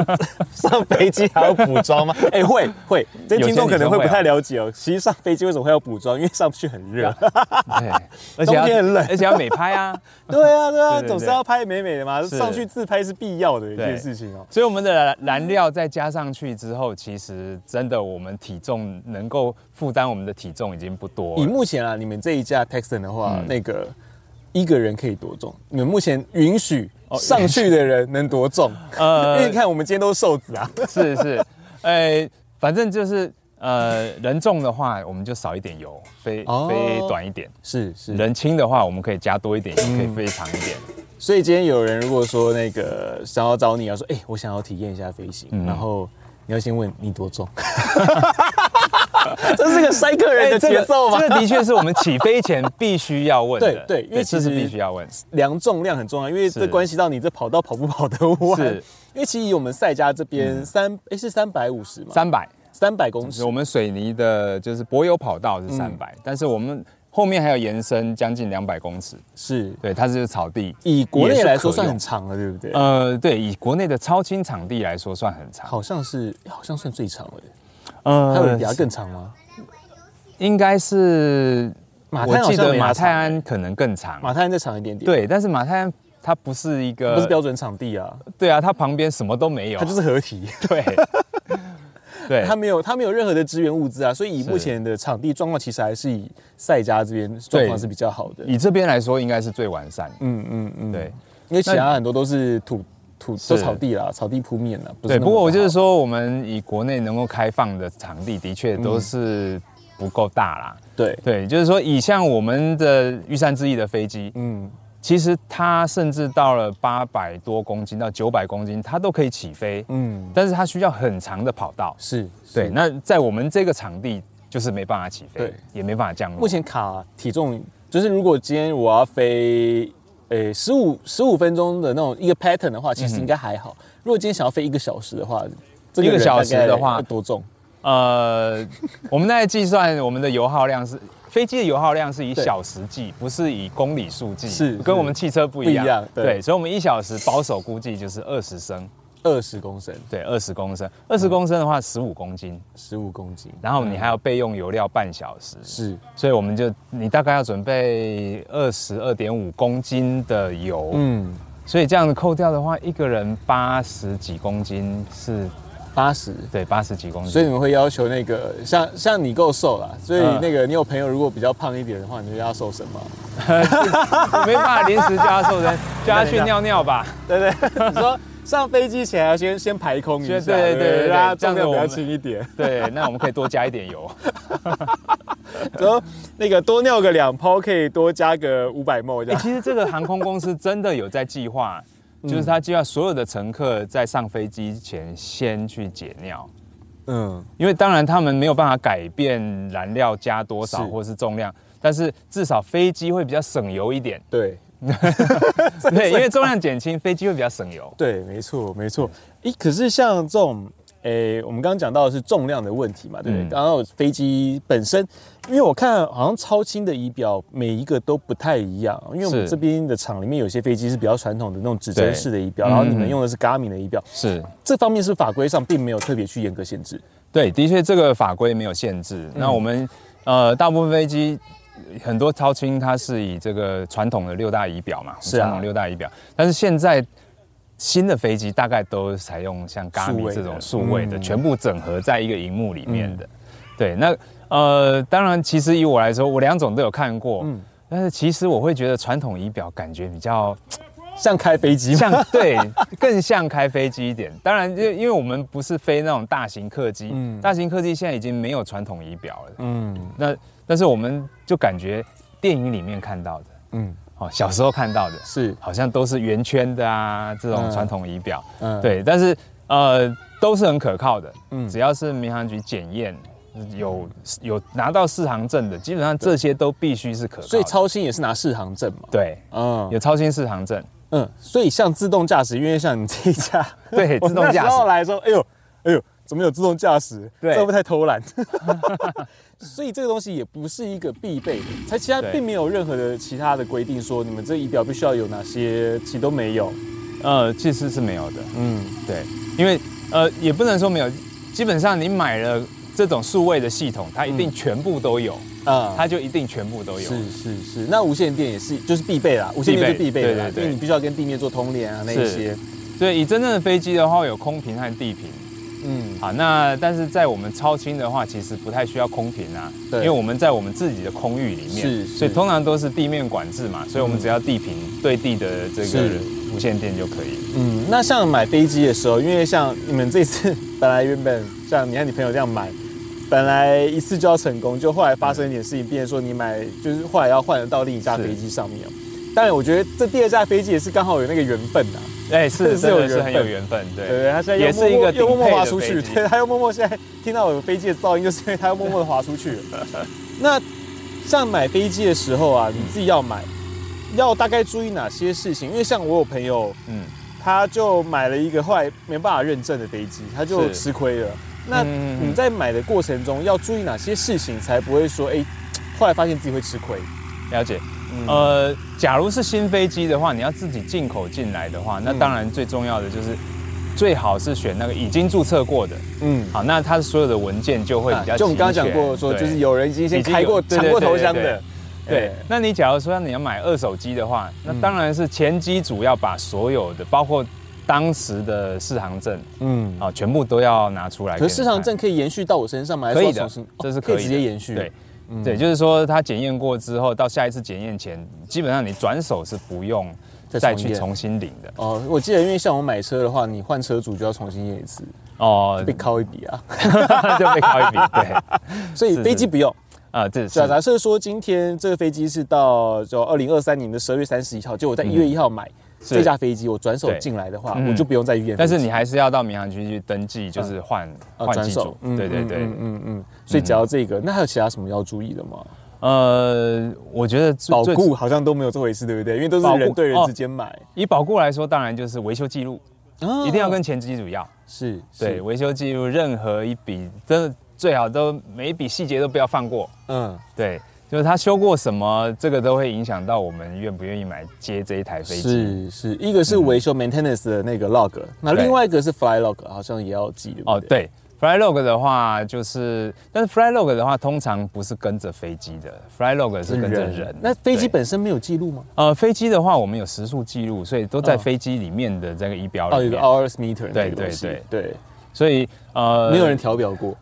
B: 上飞机还要补妆 吗？哎、会会，这听众可能会不太了解哦。其实上飞机为什么会要补妆？因为上不去很热。啊
C: 对，而且要
B: 冬天很冷
C: 而且要美拍啊，
B: 对啊， 对啊，
C: 对对对
B: 总是要拍美美的嘛，
C: 是
B: 上去自拍是必要的一件
C: 对
B: 事情哦。
C: 所以我们的燃燃料再加上去之后，其实真的我们体重能够负担我们的体重已经不多
B: 以
C: 了。
B: 目前啊，你们这一架 Texan 的话，
C: 嗯
B: 那个一个人可以多重？你们目前允许上去的人能多重？
C: 呃
B: 因为你看我们今天都是瘦子啊。
C: 是是，呃，反正就是呃，人重的话我们就少一点油，飞、
B: 哦
C: 飞短一点；
B: 是是
C: 人轻的话，我们可以加多一点，
B: 嗯
C: 也可以飞长一点。
B: 所以今天有人如果说那个想要找你啊，说哎、我想要体验一下飞行，
C: 嗯
B: 然后你要先问你多重， 这是个塞客人的
C: 哎这个
B: 节奏吗？
C: 这个的确是我们起飞前必须要问的
B: 对。对因为
C: 这
B: 其
C: 是
B: 实
C: 必须要问。
B: 量重量很重要，因为这
C: 是
B: 关系到你这跑道跑不跑得完。
C: 是
B: 因为其实以我们赛家这边三哎是三百五十嘛，
C: 三百，
B: 三百公尺
C: 我，们水泥的就是柏油跑道是三
B: 嗯
C: 百、但是我们后面还有延伸将近两百公尺。
B: 是
C: 对，它是草地。
B: 以国内来说
C: 也是可
B: 算
C: 用
B: 很长了，对不对？
C: 呃，对，以国内的超轻场地来说算很长，
B: 好像是好像算最长了，还有人
C: 呃
B: 比它更长吗？
C: 应该是，
B: 马
C: 我
B: 太好
C: 记
B: 像
C: 得
B: 没它
C: 马泰
B: 长，
C: 安可能更长，
B: 马太安再长一点点，，
C: 对，呃但是马泰安它不是一个，
B: 不是标准场地啊，
C: 对啊，它旁边什么都没有，
B: 它就是合体。
C: 对， 对，
B: 他没有，他没有任何的支援物资啊，所以以
C: 是
B: 目前的场地状况，其实还是以赛家这边状况
C: 对
B: 是比较好的。
C: 以这边来说应该是最完善的，
B: 嗯嗯嗯，
C: 对，
B: 因为其他很多都是土土
C: 是
B: 都草地啦，草地铺面啦。是
C: 对。
B: 那么
C: 不过我就是
B: 好，
C: 说，我们以国内能够开放的场地，的确
B: 嗯
C: 都是不够大啦。
B: 对，
C: 对，就是说，以像我们的玉山之翼的飞机，
B: 嗯，
C: 其实它甚至到了八百多公斤到九百公斤，它都可以起飞，
B: 嗯
C: 嗯，但是它需要很长的跑道，
B: 是，
C: 对。
B: 是
C: 那在我们这个场地就是没办法起飞，
B: 对
C: 也没办法降落。
B: 目前卡体重，就是如果今天我要飞，诶十五十五分钟的那种一个 pattern 的话，其实应该还好。如果今天想要飞一个小时的话，这
C: 嗯一个
B: 人
C: 小时
B: 大概
C: 的话
B: 要多重？
C: 呃， 我们在计算我们的油耗量是飞机的油耗量是以
B: 对
C: 小时计，不是以公里数计，
B: 是
C: 跟我们汽车不一样。
B: 不一样对
C: 对，所以我们一小时保守估计就是二十升，
B: 二十公升，
C: 对，二十公升，二十公升的话十五公斤，
B: 十五公斤，
C: 然后你还要备用油料半小时，
B: 是
C: 所以我们就你大概要准备二十二点五公斤的油，
B: 嗯
C: 所以这样子扣掉的话，一个人八十几公斤是，
B: 八十。
C: 对，八十几公斤，
B: 所以你们会要求那个像像你够瘦啦，所以
C: 嗯
B: 那个你有朋友如果比较胖一点的话，你就要瘦身嘛。
C: 没办法临时叫他瘦 身，叫他去尿尿吧。
B: 对对，你说上飞机前要先先排空一下，
C: 对对对对对
B: 让它重量比
C: 这
B: 较
C: 样子我
B: 轻一点，
C: 对，那我们可以多加一点 油。
B: 然后那个多尿个两泡可以多加个五百沫这
C: 欸
B: 样。
C: 其实这个航空公司真的有在计划，就是他计划所有的乘客在上飞机前先去解尿，
B: 嗯，
C: 因为当然他们没有办法改变燃料加多
B: 是
C: 少或是重量，但是至少飞机会比较省油一 点。
B: 对
C: 对，因为重量减轻，飞机会比较省油。
B: 对，没错没错。诶，可是像这种。诶，我们刚刚讲到的是重量的问题嘛，对不对？
C: 嗯
B: 然后飞机本身，因为我看好像超轻的仪表每一个都不太一样，因为我们
C: 是
B: 这边的厂里面有些飞机是比较传统的那种指针
C: 对
B: 式的仪表，然后你们
C: 嗯嗯
B: 用的是 Garmin 的仪表，
C: 是，
B: 这方面是法规上并没有特别去严格限制。
C: 对，的确这个法规没有限制。
B: 嗯
C: 那我们呃，大部分飞机很多超轻，它是以这个传统的六大仪表嘛，
B: 是啊
C: 传统六大仪表。但是现在新的飞机大概都采用像
B: 数位
C: Garmin
B: 的
C: 这种数位的，
B: 嗯
C: 全部整合在一个荧幕里面的。对，那呃，当然，其实以我来说，我两种都有看过。
B: 嗯
C: 但是其实我会觉得传统仪表感觉比较
B: 像开飞机嘛，
C: 像对，更像开飞机一点。当然，因为因为我们不是飞那种大型客机，
B: 嗯
C: 大型客机现在已经没有传统仪表了。
B: 嗯
C: 那但是我们就感觉电影里面看到的，
B: 嗯，
C: 哦，小时候看到的，
B: 是，
C: 好像都是圆圈的啊，这
B: 嗯
C: 种传统仪表。
B: 嗯，
C: 对，但是呃，都是很可靠的。
B: 嗯
C: 只要是民航局检验。有有拿到适航证的，基本上这些都必须是可靠的。
B: 所以超新也是拿适航证嘛，
C: 对
B: 嗯
C: 有超新适航证，
B: 嗯，所以像自动驾驶，因为像你这一架
C: 对
B: 我
C: 自动驾
B: 那时候
C: 驶
B: 来说，哎呦哎呦，怎么有自动驾驶？
C: 对
B: 这会不会太偷懒？ 所以这个东西也不是一个必备的，才其他
C: 对
B: 并没有任何的其他的规定说你们这仪表必须要有哪些，其实都没有。
C: 呃，其实是没有的，
B: 嗯，
C: 对，因为呃也不能说没有，基本上你买了这种数位的系统，它一定全部都有，
B: 啊、
C: 它就一定全部都有。
B: 嗯是是是，那无线电也是就是必备啦，无线电是必备的啦，
C: 必备对对对
B: 因为你必须要跟地面做通联啊那一
C: 是
B: 些。
C: 所以以真正的飞机的话，有空屏和地屏。
B: 嗯，
C: 好，那但是在我们超轻的话，其实不太需要空屏啊，
B: 对
C: 因为我们在我们自己的空域里面，
B: 是
C: 所
B: 是
C: 以
B: 嗯
C: 通常都是地面管制嘛，所以我们只要地屏对地的这个
B: 是
C: 无线电就可以。
B: 嗯，那像买飞机的时候，因为像你们这次本来原本像你和你朋友这样买，本来一次就要成功，就后来发生一点事情，变成说你买就是后来要换得到另一架
C: 是
B: 飞机上面哦。当然，我觉得这第二架飞机也是刚好有那个缘分呐、
C: 哎，是
B: 是
C: 真
B: 有
C: 的是
B: 缘
C: 很有
B: 分
C: 缘分，对
B: 对不啊对？他现在又
C: 也是一
B: 默默
C: 个
B: 又默
C: 顶
B: 默
C: 配
B: 滑
C: 的
B: 出去，
C: 飞机。
B: 对，他又默默现在听到我飞机的噪音，就是因为他又默默的滑出去 了。那像买飞机的时候啊，你自己要买，要大概注意哪些事情？因为像我有朋友，
C: 嗯，
B: 他就买了一个后来没办法认证的飞机，他就是吃亏了。那
C: 嗯嗯嗯
B: 你在买的过程中要注意哪些事情，才不会说哎、后来发现自己会吃亏？
C: 了解。
B: 嗯
C: 呃，假如是新飞机的话，你要自己进口进来的话，那
B: 嗯
C: 当然最重要的就是。最好是选那个已经注册过的，
B: 嗯，啊
C: 好，那它所有的文件就会比较齐全。
B: 就我们刚刚讲过说，
C: 对
B: 就是有人已经先
C: 已经
B: 开
C: 有
B: 过
C: 对
B: 尝
C: 对
B: 过
C: 对
B: 头
C: 对
B: 香
C: 对
B: 的，
C: 对
B: 哎，
C: 那你假如说你要买二手机的话，那
B: 嗯
C: 当然是前机主要把所有的，包括当时的适航证
B: 嗯。
C: 啊，全部都要拿出来给
B: 可
C: 你看。
B: 是市场证可以延续到我身上吗？还是
C: 可以
B: 要
C: 的
B: 重新
C: 这是
B: 哦
C: 可以的
B: 直接延续。
C: 对，
B: 嗯
C: 对，就是说他检验过之后，到下一次检验前，基本上你转手是不用
B: 再
C: 再
B: 重
C: 去
B: 验
C: 重新领的
B: 哦，我记得，因为像我买车的话，你换车主就要重新验一次，
C: 哦，
B: 被敲一 笔啊，
C: 就被考一笔。对，
B: 所以
C: 是
B: 飞机不用。
C: 啊，这
B: 假
C: 是
B: 假设说今天这个飞机是到就二零二三年的十二月三十一号，就我在一月一号买这架飞机，我转手
C: 嗯对
B: 进来的话，
C: 嗯
B: 我就不用再验飞机。
C: 但是你还是要到民航局去登记，就是换
B: 呃
C: 换
B: 转
C: 机
B: 手
C: 主，。对对对
B: 嗯。嗯嗯。所以讲到这个，那还有其他什么要注意的吗？
C: 呃，我觉得最
B: 保
C: 最
B: 固好像都没有这回事，对不对？因为都是
C: 保固
B: 人对人
C: 哦
B: 之间买，
C: 以保固来说，当然就是维修记录，哦一定要跟前机主要。
B: 啊是
C: 对，，维修记录任何一笔，真的最好都每一笔细节都不要放过。
B: 嗯，
C: 对，就是他修过什么，这个都会影响到我们愿不愿意买接这一台飞机。
B: 是
C: 嗯
B: 是，一个是维修 maintenance 的那个 log，那
C: 对
B: 另外一个是 fly log，好像也要记，对不
C: 哦，
B: 对？
C: 对。Flylog 的话就是，但是 Flylog 的话通常不是跟着飞机的，Flylog 是跟着人。
B: 那飞机
C: 对
B: 本身没有记录吗？
C: 呃飞机的话，我们有时速记录，所以都在
B: 嗯
C: 飞机里面的这个仪表
B: 哦，有
C: 里
B: 个
C: 面。
B: hours meter 那
C: 对
B: 个
C: 对
B: 东西
C: 对
B: 对，
C: 所以呃，
B: 没有人调表过，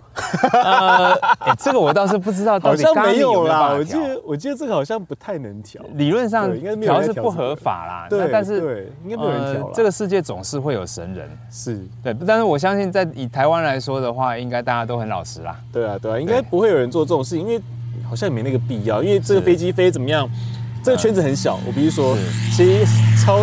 C: 呃、诶这个我倒是不知道到
B: 好
C: 底
B: 像
C: 咖喱
B: 没
C: 有
B: 有
C: 没有办
B: 啦。
C: 法
B: 我记
C: 调
B: 得我记得这个好像不太能调，
C: 理论上
B: 对应该没有人
C: 调
B: 在
C: 是
B: 调
C: 不
B: 这个
C: 合法啦，
B: 对
C: 那但是呃
B: 对应该没有人调啦
C: 这个世界总是会有神人，
B: 是，
C: 对。但是我相信，在以台湾来说的话，应该大家都很老实啦。
B: 对啊对啊，应该不会有人做这种事情，因为好像也没那个必要，因为这个
C: 是
B: 飞机飞怎么样，这个圈子很小，我必须说
C: 是，
B: 其实超。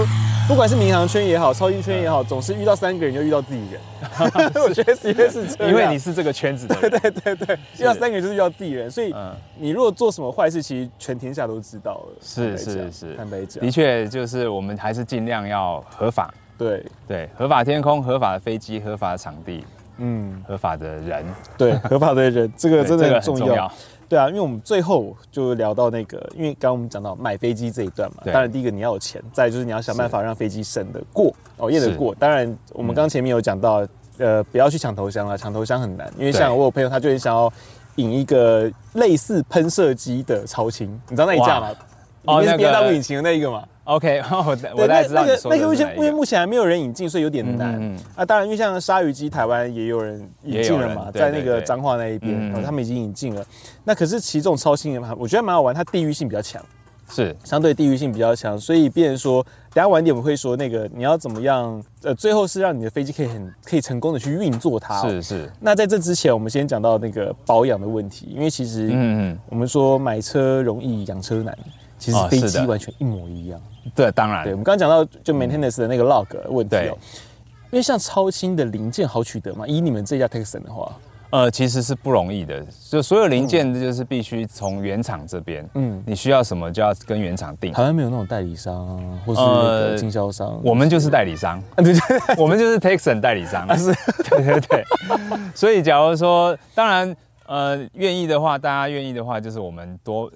B: 不管是民航圈也好，超音圈也好，总是遇到三个人就遇到自己 人。我觉得的确是这样，
C: 因为你是这个圈 子的人，
B: 遇到三个人就是遇到自己人，所以
C: 嗯
B: 你如果做什么坏事，其实全天下都知道了。
C: 是
B: 坦白讲
C: 是是
B: 坦白讲
C: 的，确就是我们还是尽量要合法，
B: 对，
C: 对，合法天空、合法的飞机、合法的场地、
B: 嗯，
C: 合法的人，
B: 对，合法的人，这个
C: 对
B: 真的
C: 这个
B: 很
C: 很
B: 重
C: 重
B: 要
C: 要。
B: 对啊，因为我们最后就聊到那个，因为刚刚我们讲到买飞机这一段嘛，
C: 对
B: 当然第一个你要有钱，再来就是你要想办法让飞机审得过，熬夜得
C: 是嗯
B: 过。当然，我们刚前面有讲到，呃，不要去抢头香了，抢头香很难，因为像
C: 对
B: 我有朋友他就很想要引一个类似喷射机的超轻，你知道那一架吗？里
C: 哇
B: 面是
C: 哦那个
B: BMW 引擎的那一个嘛？
C: OK，我 大
B: 对，
C: 我大概知道
B: 那
C: 你
B: 个
C: 说
B: 那
C: 的
B: 个，因为
C: 是
B: 现
C: 哪
B: 因为
C: 一个。
B: 目前还没有人引进，所以有点难。
C: 嗯嗯
B: 啊，当然，因为像鲨鱼机，台湾也有人引进了嘛，
C: 也有人对
B: 在那
C: 对
B: 个
C: 对
B: 彰化那一边，
C: 嗯嗯
B: 然后他们已经引进了。那可是其实这种超新的嘛，我觉得蛮好玩，它地域性比较强，
C: 是
B: 相对地域性比较强，所以变成说，等一下晚一点我们会说那个你要怎么样，呃，最后是让你的飞机可以很可以成功的去运作它、哦
C: 是。是，
B: 那在这之前，我们先讲到那个保养的问题，因为其实
C: 嗯嗯，
B: 我们说买车容易养车难，其实
C: 哦
B: 飞
C: 是
B: 机
C: 的
B: 完全一模一样。
C: 嗯对，当然
B: 对，我们刚刚讲到就 maintenance 的那个 log 的问题哦、
C: 对
B: 因为像超轻的零件好取得嘛，以你们这家 Texan 的话，
C: 呃，其实是不容易的，就所有零件就是必须从原厂这边，
B: 嗯
C: 嗯，你需要什么就要跟原厂定。
B: 台湾没有那种代理商啊，或是那个
C: 呃
B: 经销商。
C: 我们就是代理商， 我们就是 Texan 代理商，啊是， 对对对。所以假如说，当然，呃，愿意的话，大家愿意的话，就是我们多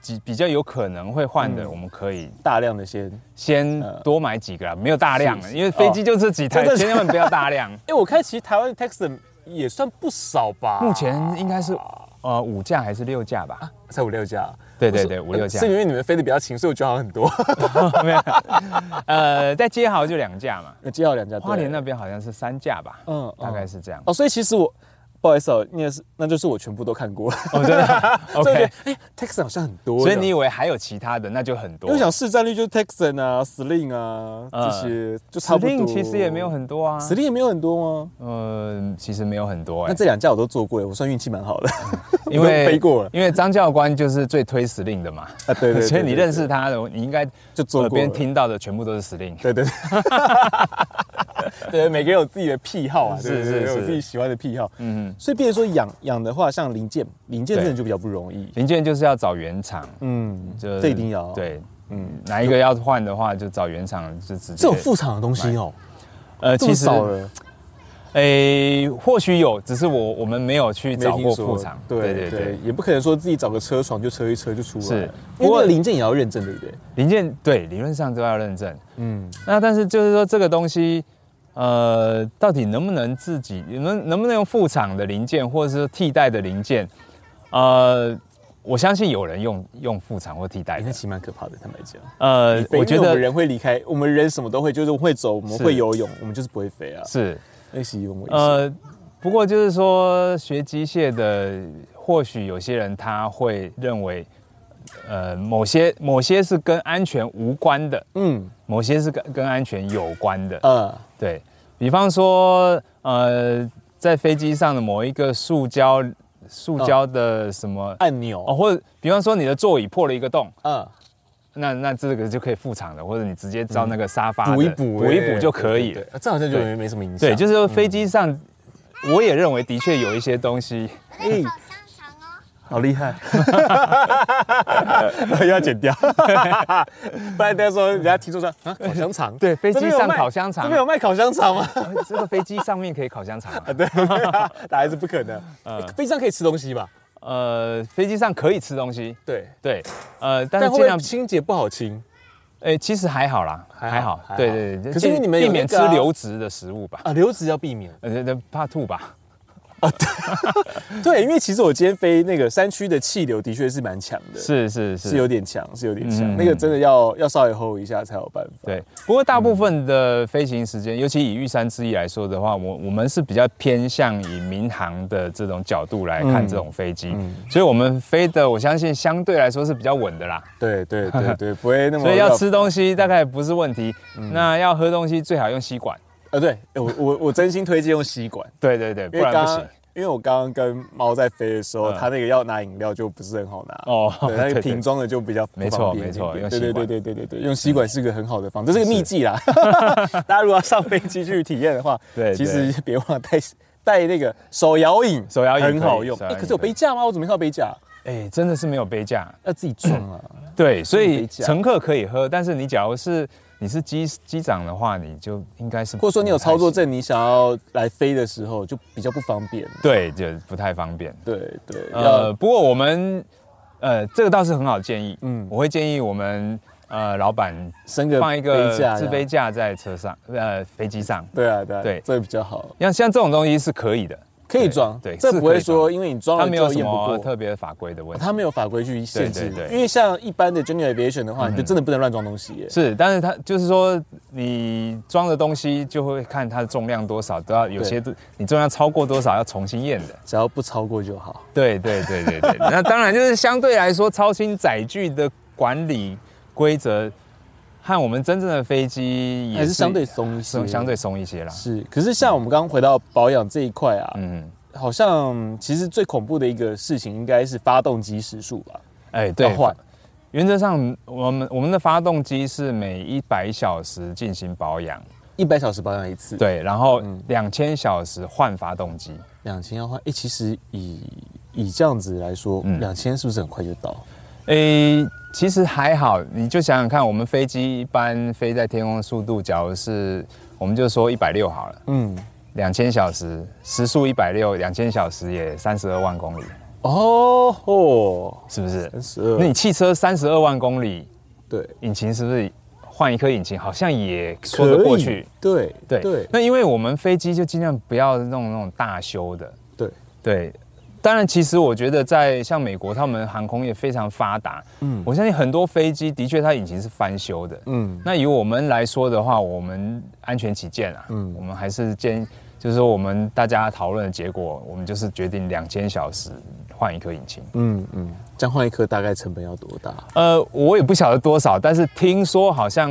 C: 几比较有可能会换的，我们可以
B: 大量的先，
C: 先
B: 呃
C: 多买几个啦，没有大量
B: 是，是
C: 因为飞机就这几台
D: 哦，
C: 千万不要大量。
D: 因为我看其实台湾的 Texan 也算不少吧，
C: 目前应该是呃五架还是六架吧？
D: 才五六架，
C: 对对对，五六架
B: 呃
D: 是。因为你们飞的比较勤，所以我觉得好像很多。
C: 没有，呃，在街豪就两架嘛，
B: 那 接到两家对
C: 花莲那边好像是三架吧，
B: 嗯
C: 大概是这样。
B: 哦，所以其实我不好意思哦，那是那就是我全部都看过了。
C: 哦，真的
B: 所以我觉
C: ，OK
B: 得。哎，Texan 好像很多这
C: 所
B: 样，
C: 以你以为还有其他的，那就很
B: 因
C: 多。
B: 为我想市占率就是 Texan 啊、Sling 啊这
C: 嗯
B: 些，就差不多。
C: Sling 其实也没有很多啊，
B: ，Sling 也没有很多吗？
C: 呃，其实没有很多哎、
B: 那这两家我都做过耶，我算运气蛮 好的。
C: 因
B: 我
C: 为
B: 都飞过了
C: 因为张教官就是最推 Sling 的嘛，
B: 啊， 对对对，
C: 所以你认
B: 识
C: 识他的，你应该
B: 就做
C: 耳
B: 过了
C: 边。听到的全部都是 Sling。
B: 对对 对，
D: 对，每个人有自己的癖好啊，
C: 是
D: 对对
C: 是
D: 对有
C: 是
D: 自己喜欢的癖好。
C: 嗯，
B: 所以变成说养养的话，像零件，零件
C: 对
B: 真的就比较不容易。
C: 零件就是要找原厂，
B: 嗯，
C: 就
B: 这一定要。，
C: 对。
B: 嗯，
C: 哪一个要换的话，就找原厂就直接。
B: 这种副厂的东西哦，
C: 呃，
B: 这
C: 其
B: 么
C: 实
B: 少了。
C: 诶，或许有，只是我我们没有去
B: 没
C: 找过
B: 听说
C: 副厂。
B: 对对对，也不可能说自己找个车床就车一车就出来，
C: 是
B: 因为那个零件也要认证，对不对？
C: 零件对理论上都要认证。
B: 嗯，
C: 那但是就是说这个东西，呃，到底能不能自己能能不能用副厂的零件，或者是替代的零件？呃，我相信有人用用副厂或替代
B: 哎
C: 的
B: 那。其实蛮可怕的，坦白讲。
C: 呃，我觉
B: 因为我们
C: 得
B: 人会离开，我们人什么都会，就是会走，我们
C: 是
B: 会游泳，我们就是不会飞啊。
C: 是
B: 那是一种危险。
C: 呃，不过就是说学机械的，或许有些人他会认为，呃，某些某些是跟安全无关的，
B: 嗯
C: 某些是跟跟安全有关的。
B: 呃，
C: 对比方说，呃，在飞机上的某一个塑胶塑胶的什么哦
B: 按钮，
C: 或者比方说你的座椅破了一个洞，
B: 嗯，
C: 那那这个就可以复厂了，或者你直接照那个沙发的
B: 补一补，
C: 啊补一
B: 哎
C: 补就可以
B: 对对。
C: 了
B: 对啊这好像就
C: 对
B: 没什么影响。
D: 啊
C: 对，就是说飞机上，我也认为的确有一些东西，
B: 哎，
E: 好香肠哦。
B: 好厉 害，又要 剪掉，
D: 不然大家说人家听说说啊，烤香肠，
C: 对飞机
D: 这边有
C: 上
D: 卖
C: 烤香肠啊
D: 这边有卖烤香肠 吗？
C: 这个飞机上面可以烤香肠啊、
D: 打还是不可能。
C: 嗯
D: 欸飞机上可以吃东西吧？
C: 呃，飞机上可以吃东西，
D: 对，
C: 对，呃，但
D: 但
C: 是
D: 会
C: 尽
D: 不会
C: 量，
D: 清洁不好清？
C: 哎、其实还好啦，
D: 还好
C: 还好
D: 还，好
C: 对对对。
D: 可是因为你们有
C: 避免
D: 那
C: 吃
D: 个啊
C: 流质的食物吧，
D: 啊，留子要避免。
C: 呃，对对怕吐吧。
B: 对，因为其实我今天飞那个山区的气流的确是蛮强的，
C: 是是是
B: 是有点强，是有点强，
C: 嗯
B: 那个真的要要稍微 hold 一下才有办法。
C: 对。不过大部
B: 嗯
C: 分的飞行时间，尤其以玉山之翼来说的话，我我们是比较偏向以民航的这种角度来
B: 嗯
C: 看这种飞机，所以我们飞的我相信相对来说是比较稳的啦。
B: 对对对对，不会那么
C: 所以要吃东西
B: 嗯
C: 大概不是问题，那要喝东西最好用吸管。
B: 呃，对哎我我我真心推荐用吸管，
C: 对对对，不
B: 因为
C: 然
B: 刚
C: 不
B: 刚
C: 行。
B: 因为我刚刚跟猫在飞的时候，
C: 嗯
B: 它那个要拿饮料就不是很好拿
C: 哦
B: 对，那个
C: 对对
B: 瓶装的就比较不
C: 没错
B: 方便
C: 没错
B: 一点
C: 用
B: 对
C: 吸
B: 对对
C: 管
B: 对对对对，用吸管是个很好的方法，这是个秘技啦。 大家如果要上飞机去体验的话，
C: 对对
B: 其实别忘了带带那个手摇饮，
C: 手摇饮
B: 很好
C: 可以
B: 用。
C: 手摇
B: 哎，
C: 饮
B: 可是有
C: 可以
B: 杯架吗？我怎么没看到杯架？
C: 哎，真的是没有杯架。
B: 要自己装 啊。
C: 对，所
B: 没
C: 以
B: 杯架
C: 乘客可以喝，但是你假如是你是机机长的话，你就应该是
B: 或者说你有
C: 不太
B: 操作
C: 行，
B: 证，你想要来飞的时候就比较不方便。
C: 对，就不太方便。
B: 对对，
C: 呃，
B: 要
C: 不过我们呃，这个倒是很好的建议。
B: 嗯
C: 嗯，我会建议我们呃，老板
B: 升个
C: 放一个
B: 杯架
C: 自
B: 这
C: 杯
B: 样。
C: 架在车上，呃，飞机上。
B: 对啊对啊，
C: 对
B: 这个比较好，
C: 像像这种东西是可以的，
B: 可以装。
C: 对对
B: 这
C: 是
B: 不会
C: 可以装
B: 说因为你装
C: 它
B: 了
C: 没
B: 之
C: 有
B: 后
C: 什
B: 验哦不
C: 么
B: 过。哦
C: 特别法规的问题。
B: 它没有法规去限制，
C: 对对对嗯
B: 因为像一般的 general aviation 的话，你就真的不能乱装东西耶。
C: 是，但是它就是说，你装的东西就会看它的重量多少，都要有
B: 对
C: 些你重量超过多少要重新验的。
B: 只要不超过就好。
C: 对对对对对， 那当然就是相对来说，超轻载具的管理规则和我们真正的飞机也
B: 还是相对松一些
C: 松相对松一些啦。
B: 是，可是像我们刚刚回到保养这一块啊，
C: 嗯，
B: 好像其实最恐怖的一个事情应该是发动机时速吧，
C: 哎，
B: 要
C: 对，
B: 换。
C: 原则上，我们我们的发动机是每一百小时进行保养，
B: 一百小时保养一次，，
C: 对，然后
B: 嗯
C: 两千小时换发动机，
B: 两千要换。哎，其实以以这样子来说，
C: 嗯
B: 两千是不是很快就到？
C: 诶、其实还好，你就想想看，我们飞机一般飞在天空的速度，假如是我们就说一百六好了，
B: 嗯，
C: 两千小时时速一百六，两千小时也三十二万公里，
B: 哦吼，
C: 是不是？
B: 十二，
C: 那你汽车三十二万公里，
B: 对，
C: 引擎是不是换一颗引擎好像也说得过去？
B: 可以，对
C: 对
B: 对
C: 那因为我们飞机就尽量不要弄那种大修的，
B: 对，
C: 对。当然，其实我觉得在像美国，他们航空业非常发达，
B: 嗯
C: 我相信很多飞机的确它引擎是翻修的，
B: 嗯，
C: 那以我们来说的话，我们安全起见啊，
B: 嗯
C: 我们还是建议，就是说我们大家讨论的结果，我们就是决定两千小时换一颗引擎。
B: 嗯嗯，这样换一颗大概成本要多大？
C: 呃，我也不晓得多少，但是听说好像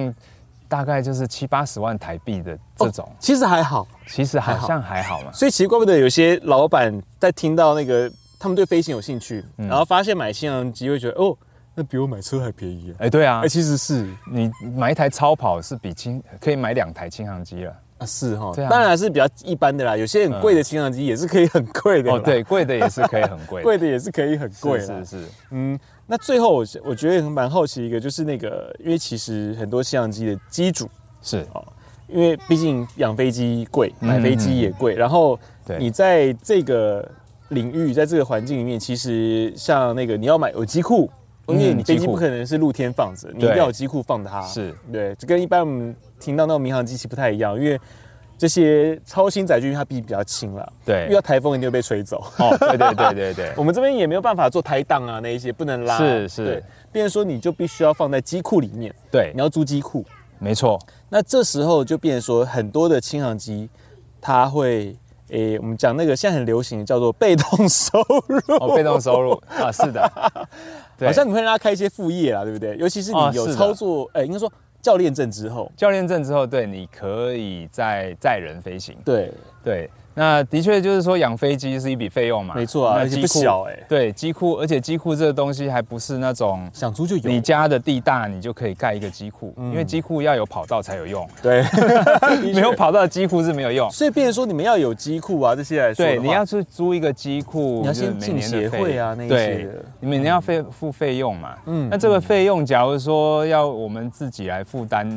C: 大概就是七八十万台币的这种，
B: 哦其实还好，
C: 其实好
B: 还好
C: 像还好嘛。
B: 所以奇怪不得有些老板在听到那个他们对飞行有兴趣，
C: 嗯
B: 然后发现买新航机会觉得哦，那比我买车还便宜啊。
C: 哎、对啊
B: 哎、，其实是
C: 你买一台超跑是比轻可以买两台轻航机了。
B: 啊，是哈，
C: 对啊
B: 当然还是比较一般的啦。有些很贵的新航机也是可以很贵的、
C: 哦，，对，贵的也是可以很贵的，
B: 贵的也是可以很 贵
C: 是
B: 的。
C: 是是，
B: 嗯，那最后我我觉得蛮好奇一个，就是那个，因为其实很多新航机的机主，
C: 是
B: 哦因为毕竟养飞机贵，
C: 嗯
B: 买飞机也贵，然后
C: 对
B: 你在这个领域，在这个环境里面，其实像那个你要买有机库，因
C: 嗯
B: 为你飞机
C: 机库
B: 不可能是露天放着，你一定要有机库放它。
C: 是
B: 对，就跟一般我们听到那种民航机器不太一样，因为这些超轻载具因为它毕竟比较轻了，
C: 对
B: 遇到台风一定会被吹走。
C: 哦，对对对 对对
B: 我们这边也没有办法做抬档啊，那一些不能拉。
C: 是是
B: 对，变成说你就必须要放在机库里面，
C: 对
B: 你，要租机库。
C: 没错，
B: 那这时候就变成说，很多的轻航机，它会，诶、我们讲那个现在很流行的叫做被动 收入，
C: 哦，被动收入啊，是的，对
B: 好像你会让他开一些副业啊，对不对？尤其是你
C: 哦
B: 有
C: 是的
B: 操作，诶、应该说教练证之后，
C: 教练证之后，对，你可以载载人飞行。
B: 对，
C: 对，那的确就是说养飞机是一笔费用嘛，
B: 没错啊
C: 那
B: 而且
C: 机
B: 不
C: 库
B: 小欸
C: 对，机库，而且机库这个东西还不是那种
B: 想租就有。
C: 你家的地大你就可以盖一个机库，
B: 嗯
C: 因为机库要有跑道才有用，
B: 对，
C: 没有跑道的机库是没有用。
B: 所以变成说你们要有机库啊，这些来说的
C: 对，
B: 话
C: 你要去租一个机库，
B: 你要先
C: 就是每年的
B: 进协会啊
C: 费
B: 那一些
C: 对
B: 的，
C: 你每年要费付费用嘛。
B: 嗯
C: 嗯，那这个费用，假如说要我们自己来负担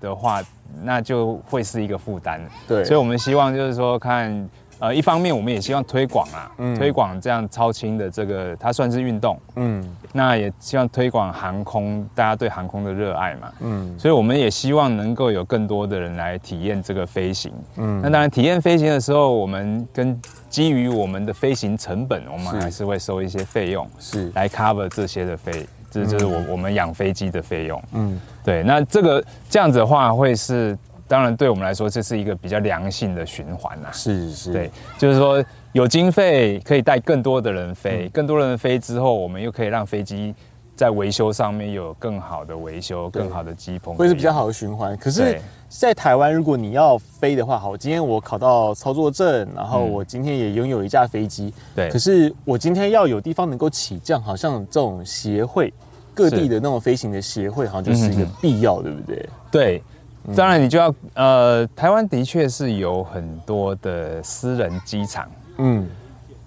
C: 的话，那就会是一个负担。
B: 对
C: 所以我们希望就是说看。呃，一方面我们也希望推广啊，推广这样超轻的这个，它算是运动，
B: 嗯
C: 那也希望推广航空，大家对航空的热爱嘛。
B: 嗯
C: 所以我们也希望能够有更多的人来体验这个飞行。
B: 嗯
C: 嗯，那当然，体验飞行的时候，我们跟基于我们的飞行成本，我们
B: 是
C: 还是会收一些费用
B: 是
C: 来 cover 这些的费，这就是我我们养飞机的费用。
B: 嗯
C: 对，那这个这样子的话，会是当然对我们来说，这是一个比较良性的循环啊。
B: 是是
C: 对，就是说有经费可以带更多的人飞，更多人飞之后，我们又可以让飞机在维修上面有更好的维修、
B: 对
C: 更好的机棚，
B: 会是比较。好的循环。可是
C: 对，
B: 在台湾，如果你要飞的话，好，今天我考到操作证，然后
C: 嗯
B: 我今天也拥有一架飞机，
C: 对
B: 可是我今天要有地方能够起降，好像这种协会，各地的那种飞行的协会，好像就是一个
C: 嗯嗯嗯
B: 必要，对不对？
C: 对，
B: 嗯
C: 当然你就要呃，台湾的确是有很多的私人机场，
B: 嗯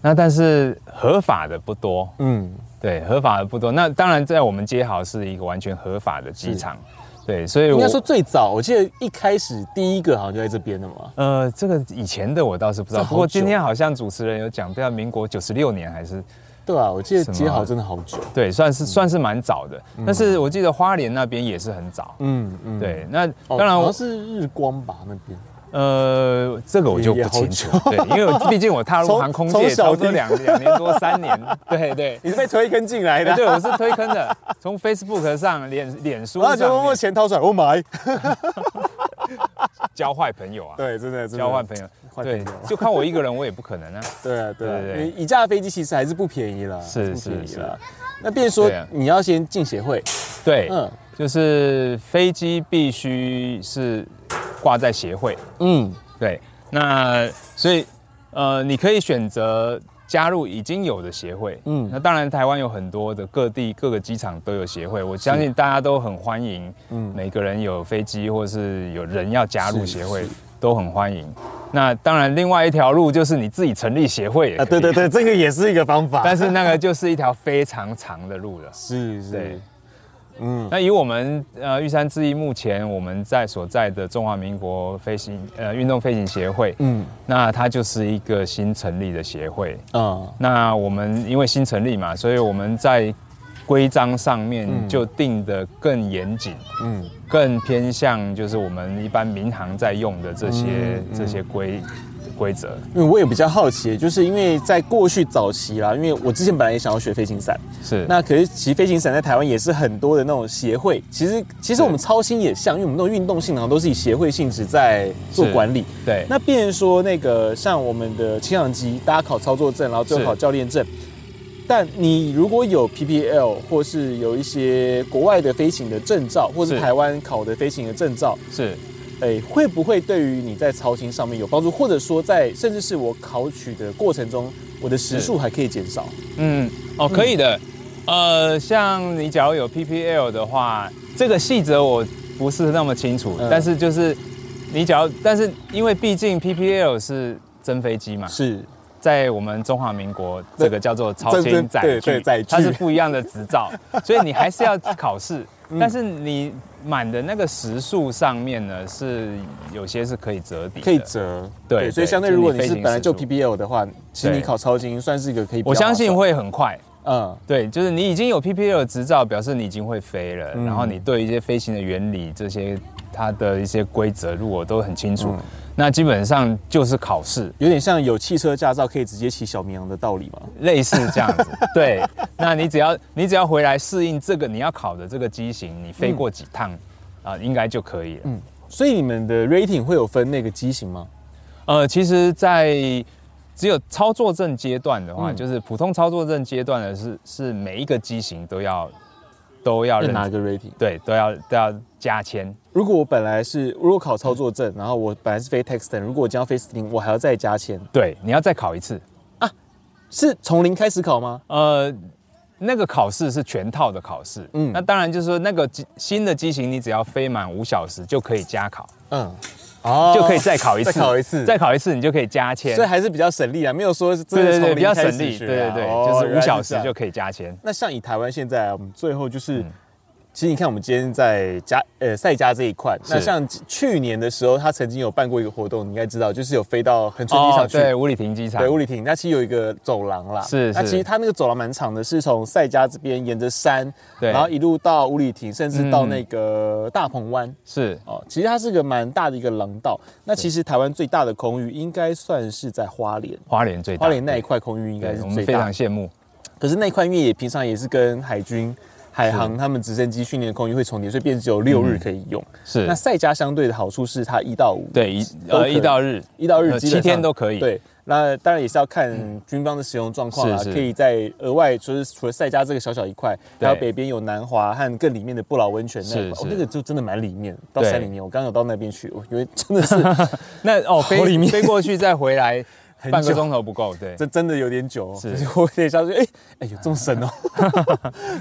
C: 那但是合法的不多。
B: 嗯，
C: 对，合法的不多。那当然，在我们街好是一个完全合法的机场，对，所以
B: 应
C: 我
B: 该说最早，我记得一开始第一个好像就在这边的嘛。
C: 呃，这个以前的我倒是不知道，
B: 这好
C: 不过今
B: 久啊
C: 天好像主持人有讲到民国九十六年还是
B: 对啊，我记得
C: 什么
B: 接好真的好久。
C: 对，算
B: 嗯
C: 是、算是蛮早的。但是我记得花莲那边也是很早，
B: 嗯嗯，
C: 对。那
B: 哦，
C: 当然
B: 好
C: 我、
B: 像是日光吧那边。
C: 呃，这个我就
B: 也
C: 不
B: 好
C: 清楚，对，因为我毕竟我踏入
B: 从
C: 航空
B: 从
C: 界
B: 小
C: 差不多
B: 听
C: 两两年多三年， 对对。
B: 你是被推坑进来的
C: 哎
B: 啊，
C: 对，我是推坑的，从 Facebook 上、脸脸书
B: 然后
C: 上
B: 啊就默默
C: 面
B: 钱掏出来，我买。
C: 交坏朋友啊，
B: 对，真的真的
C: 交换朋友，
B: 换朋
C: 对
B: 友，
C: 就靠我一个人，我也不可能啊。
B: 对啊，对啊，
C: 对
B: 因
C: 对对
B: 为一架飞机其实还是不便宜啦，
C: 是
B: 还不便宜
C: 是
B: 啦。那变成说
C: 对啊
B: 你要先进协会，
C: 对，
B: 嗯
C: 就是飞机必须是挂在协会，
B: 嗯
C: 对，那所以呃，你可以选择加入已经有的协会。
B: 嗯
C: 嗯，那当然台湾有很多的各地各个机场都有协会，我相信大家都很欢迎。
B: 嗯
C: 嗯，每个人有飞机或是有人要加入
B: 是
C: 协会都很欢迎。那当然，另外一条路就是你自己成立协会也
B: 啊，
C: 可
B: 对
C: 以
B: 对，对，这个也是一个方法。
C: 但是那个就是一条非常长的路了。
B: 是是，
C: 对，
B: 嗯，
C: 那以我们呃玉山之翼目前我们在所在的中华民国飞行呃运动飞行协会，
B: 嗯
C: 那它就是一个新成立的协会。
B: 啊，
C: 那我们因为新成立嘛，所以我们在规章上面就定的更严谨，
B: 嗯
C: 更偏向就是我们一般民航在用的这些、
B: 嗯嗯
C: 这些规规则。
B: 因为我也比较好奇，就是因为在过去早期啦，因为我之前本来也想要学飞行伞，
C: 是
B: 那可是其实飞行伞在台湾也是很多的那种协会，其实其实我们操心也像，因为我们那种运动性好像都是以协会性质在做
C: 是
B: 管理。
C: 对
B: 那变成说那个像我们的轻量机，大家考操作证，然后最后
C: 是
B: 考教练证。但你如果有 PPL 或是有一些国外的飞行的证照，或是
C: 是
B: 台湾考的飞行的证照，
C: 是
B: 哎、会不会对于你在操行上面有帮助，或者说在甚至是我考取的过程中，我的时速还可以减少？
C: 嗯，哦，可以的。呃，像你假如有 PPL 的话，这个细则我不是那么清楚，
B: 嗯
C: 但是就是你假如，但是因为毕竟 PPL 是真飞机嘛，
B: 是
C: 在我们中华民国这个叫做超
B: 真真
C: 轻载
B: 对对
C: 具，
B: 载具
C: 它是不一样的执 照，所以你还是要考试。
B: 嗯
C: 但是你满的那个时速上面呢，是有些是可以折抵的，
B: 可以折，
C: 对
B: 所以
C: 对
B: 相对
C: 就
B: 如
C: 是
B: 果
C: 你
B: 你是
C: 飞行
B: 本来就
C: 时速
B: PPL 的话，其实你
C: 对
B: 考超行算是一个可以比较
C: 我相信
B: 划
C: 会很快。
B: 算，嗯，
C: 对，就是你已经有 PPL 执照，表示你已经会飞了，
B: 嗯
C: 然后你对一些飞行的原理、这些它的一些规则，如果都很清楚，
B: 嗯
C: 那基本上就是考试，
B: 有点像有汽车驾照可以直接骑小绵羊的道理嘛。
C: 类似这 样子。对，那你只要你只要回来适应这个你要考的这个机型，你飞过几趟
B: 嗯
C: 啊、应该就可以了。
B: 所以你们的 rating 会有分那个机型吗？
C: 呃，其实，在只有操作证阶段的话，
B: 嗯
C: 就是普通操作证阶段的是是每一个机型都要都
B: 要
C: 要认
B: 拿一个 rating？
C: 对都要都要加签。
B: 如果我本来是如果考操作证，然后我本来是飞 text，如果我将要飞 sting，我还要再加钱，
C: 对，你要再考一次。
B: 是从零开始考吗？
C: 呃，那个考试是全套的考试，
B: 嗯
C: 嗯，那当然就是说那个机新的机型，你只要飞满五小时就可以加考，
B: 嗯，哦
C: 就可以再考一次，
B: 再考一次
C: 再考一次你就可以加签
B: 所以，还是比较省力啊，没有说是真的
C: 对对
B: 从
C: 对，
B: 零
C: 比较省
B: 开始
C: 力，
B: 学
C: 对
B: 啊
C: 对对，
B: 哦
C: 就是
B: 原
C: 五
B: 来
C: 小
B: 这
C: 时
B: 样
C: 就可以加签，
B: 那像以台湾现在啊，我们最后就是，
C: 嗯
B: 其实你看我们今天在加呃赛加这一块，
C: 是
B: 那像去年的时候，他曾经有办过一个活动，你应该知道，就是有飞到恒春机
C: 哦
B: 场，去。
C: 对，五里亭机场
B: 对，，物理亭，它其实有一个走廊啦。
C: 是
B: 那
C: 是
B: 其实它那个走廊蛮长的，是从赛家这边沿着山，
C: 对
B: 然后一路到五里亭，甚至到
C: 嗯
B: 那个大鹏湾。
C: 是
B: 哦，其实它是个蛮大的一个廊道。那其实台湾最大的空域应该算是在花莲，
C: 花莲最大，
B: 花莲那一块空域应该
C: 对，
B: 是
C: 我们
B: 最
C: 非
B: 大
C: 常
B: 的。
C: 羡慕，
B: 可是那一块因为也平常也是跟海军、海航他们直升机训练的空域会重叠，所以变成只有六日可以用。
C: 嗯是
B: 那赛家相对的好处是它一到五，
C: 对一
B: 都可
C: 呃
B: 以
C: 一到日
B: 一到日
C: 呃
B: 基本上
C: 七天都可以，嗯
B: 对，那当然也是要看军方的使用状况啦，
C: 是是
B: 可以在额外就是除了赛加这个小小一块，
C: 对
B: 还有北边有南华和更里面的不老温泉那一
C: 是
B: 块，
C: 是
B: 哦那个就真的蛮里面，到
C: 对
B: 山里面。我刚刚有到那边去，我觉得真的是
C: 那哦
B: 好里
C: 飞
B: 面
C: 飞过去再回来
B: 很
C: 半
B: 久
C: 个钟头不够，对，
B: 这真的有点久、哦，
C: 是
B: 就是我有点想说，哎、哎，有这么 深哦，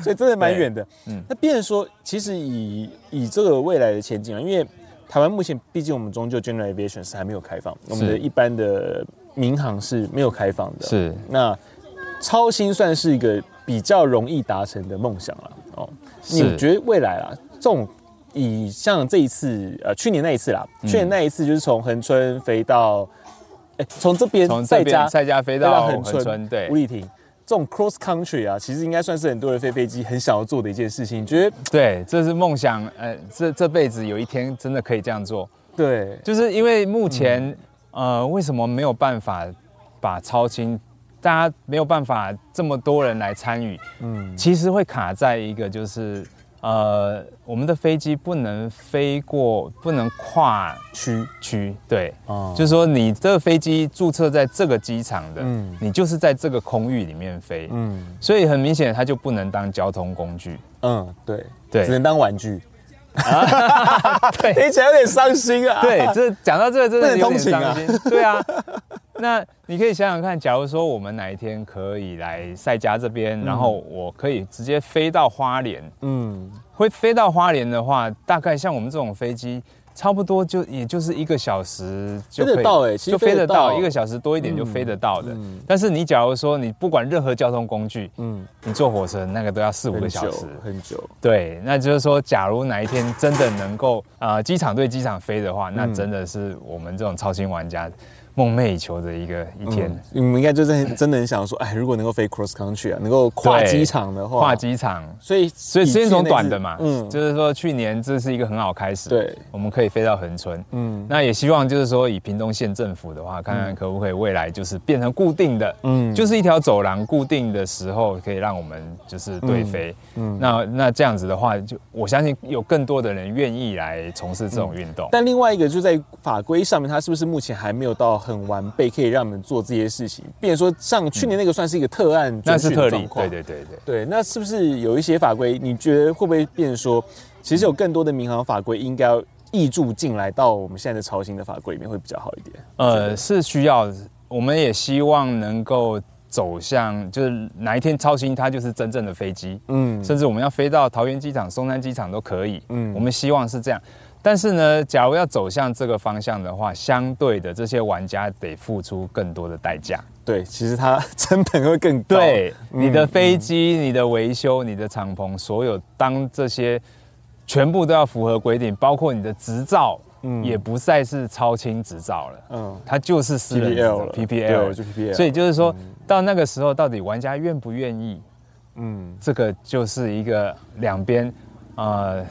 B: 所以真的蛮远的。嗯
C: 嗯，
B: 那变成说，其实以以这个未来的前景啊，因为台湾目前毕竟我们终究 General Aviation 是还没有开放，我们的一般的民航是没有开放的。
C: 是
B: 那超新算是一个比较容易达成的梦想了哦。
C: 是
B: 你觉得未来啊，这种以像这一次呃去年那一次啦，
C: 嗯
B: 去年那一次就是从恒春飞到，哎、从这边
C: 从
B: 再
C: 这
B: 加
C: 边赛家飞
B: 飞到
C: 到
B: 恒
C: 恒
B: 春
C: 春，对
B: 吴，丽婷。这种 cross country 啊，其实应该算是很多人飞飞机很想要做的一件事情。你觉得
C: 对，这是梦想，呃，这这辈子有一天真的可以这样做，
B: 对？
C: 就是因为目前，
B: 嗯
C: 呃，为什么没有办法把超轻，大家没有办法这么多人来参与，
B: 嗯，
C: 其实会卡在一个就是，呃，我们的飞机不能飞过，不能跨
B: 区
C: 区，对，
B: 啊，
C: 就是是说你这个飞机注册在这个机场的，
B: 嗯
C: 你就是在这个空域里面飞，
B: 嗯
C: 所以很明显它就不能当交通工具，
B: 嗯，对，
C: 对
B: 只能当玩 具，
C: 对。
B: 听起来有点伤心啊。
C: 对，这讲到这个真的
B: 不能
C: 有
B: 通
C: 点
B: 勤啊
C: 伤心。对啊，那你可以想想看，假如说我们哪一天可以来赛家这边，然后我可以直接飞到花莲，
B: 嗯，
C: 会飞到花莲的话，大概像我们这种飞机，差不多就也就是一个小时就可以
B: 飞得到欸其实
C: 就飞
B: 飞得
C: 得到，
B: 到
C: 一个小时多一点就飞得到的。
B: 嗯
C: 但是你假如说你不管任何交通工具，
B: 嗯，
C: 你坐火车那个都要四五
B: 很
C: 个小
B: 久
C: 时。
B: 很久，
C: 对，那就是说，假如哪一天真的能够呃机场对机场飞的话，那
B: 嗯
C: 真的是我们这种超新玩家梦寐以求的一个一天。
B: 嗯你们应该就是很真的很想说，哎，如果能够飞 cross country 啊，能够跨
C: 对
B: 机场的话，
C: 跨，机场，
B: 所以
C: 所以时间
B: 从
C: 从短的嘛，
B: 嗯，
C: 就是说去年这是一个很好开始，
B: 对，
C: 我们可以飞到恒春，
B: 嗯
C: 那也希望就是说以屏东县政府的话，看看可不可以未来就是变成固定的，
B: 嗯
C: 就是一条走廊固定的时候可以让我们就是对飞，
B: 嗯
C: 那那这样子的话，就我相信有更多的人愿意来从事这种运动，
B: 但另外一个就在法规上面，它是不是目前还没有到很完备，可以让我们做这些事情？变成说，像去年那个算是一个特案，
C: 那是
B: 准许
C: 特
B: 的
C: 例
B: 状，况
C: 对对对对。
B: 对，那是不是有一些法规，你觉得会不会变成说，其实有更多的民航法规应该要译注进来到我们现在的超新的法规里面会比较好一点？
C: 呃，是需要，我们也希望能够走向，就是哪一天超新它就是真正的飞机，
B: 嗯
C: 甚至我们要飞到桃园机场、松山机场都可以。
B: 嗯
C: 我们希望是这样。但是呢，假如要走向这个方向的话，相对的这些玩家得付出更多的代价。
B: 对，其实它 成本会更高。
C: 对，
B: 嗯
C: 你的飞机、你的维修、你的敞篷，所有当这些全部都要符合规定，包括你的执照，
B: 嗯
C: 也不再是超轻执照了。
B: 嗯
C: 它就是私人
B: PPL 了
C: p p
B: 对
C: l
B: 就 PPL
C: 所以就是说、到那个时候，到底玩家愿不愿意，
B: 嗯，
C: 这个就是一个两边，呃，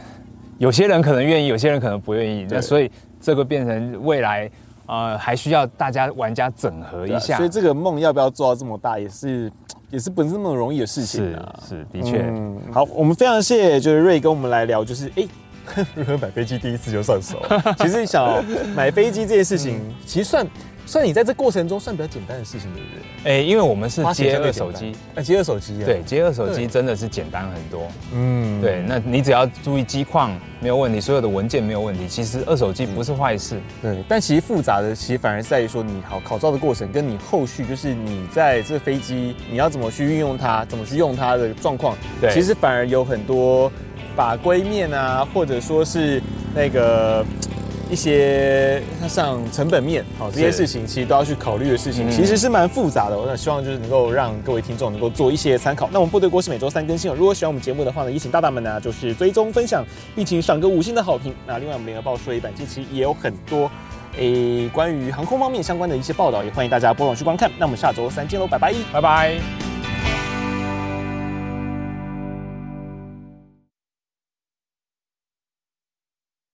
C: 有些人可能愿意，有些人可能不愿意。那所以这个变成未来，呃，还需要大家玩家整合
B: 对啊
C: 一下。
B: 所以这个梦要不要做到这么大，也是也是不是那么容易的事情
C: 是
B: 啊。
C: 是的确、
B: 嗯，好，我们非常谢谢就是瑞跟我们来聊，就是哎。如何 买飞机第一次就上 手？其实想哦买飞机这件事
C: 嗯
B: 情，其实算算你在这过程中算比较简单的事情，对不对？
C: 哎、因为我们是
B: 花钱
C: 接
B: 相对简
C: 二手
B: 单
C: 机，，
B: 哎，接二手机啊，
C: 对，，接二手机
B: 对
C: 真的是简单很多。
B: 嗯，
C: 对，那你只要注意机况没有问题，所有的文件没有问题，其实二手机不是坏事。
B: 对，但其实复杂的其实反而在于说，你好考照的过程，跟你后续就是你在这飞机你要怎么去运用它，怎么去用它的状况，
C: 对
B: 其实反而有很多法规面啊，或者说是那个。一些它像成本面，好这些
C: 是
B: 事情其实都要去考虑的事情，
C: 嗯
B: 其实是蛮复杂的哦。那希望就是能够让各位听众能够做一些参考。那我们部队锅是每周三更新哦。如果喜欢我们节目的话呢，也请大大们呢就是追踪分享，并请赏个五星的好评。那另外我们联合报说一版近期也有很多诶关于航空方面相关的一些报道，也欢迎大家拨网去观看。那我们下周三见喽，拜拜。
C: 拜拜。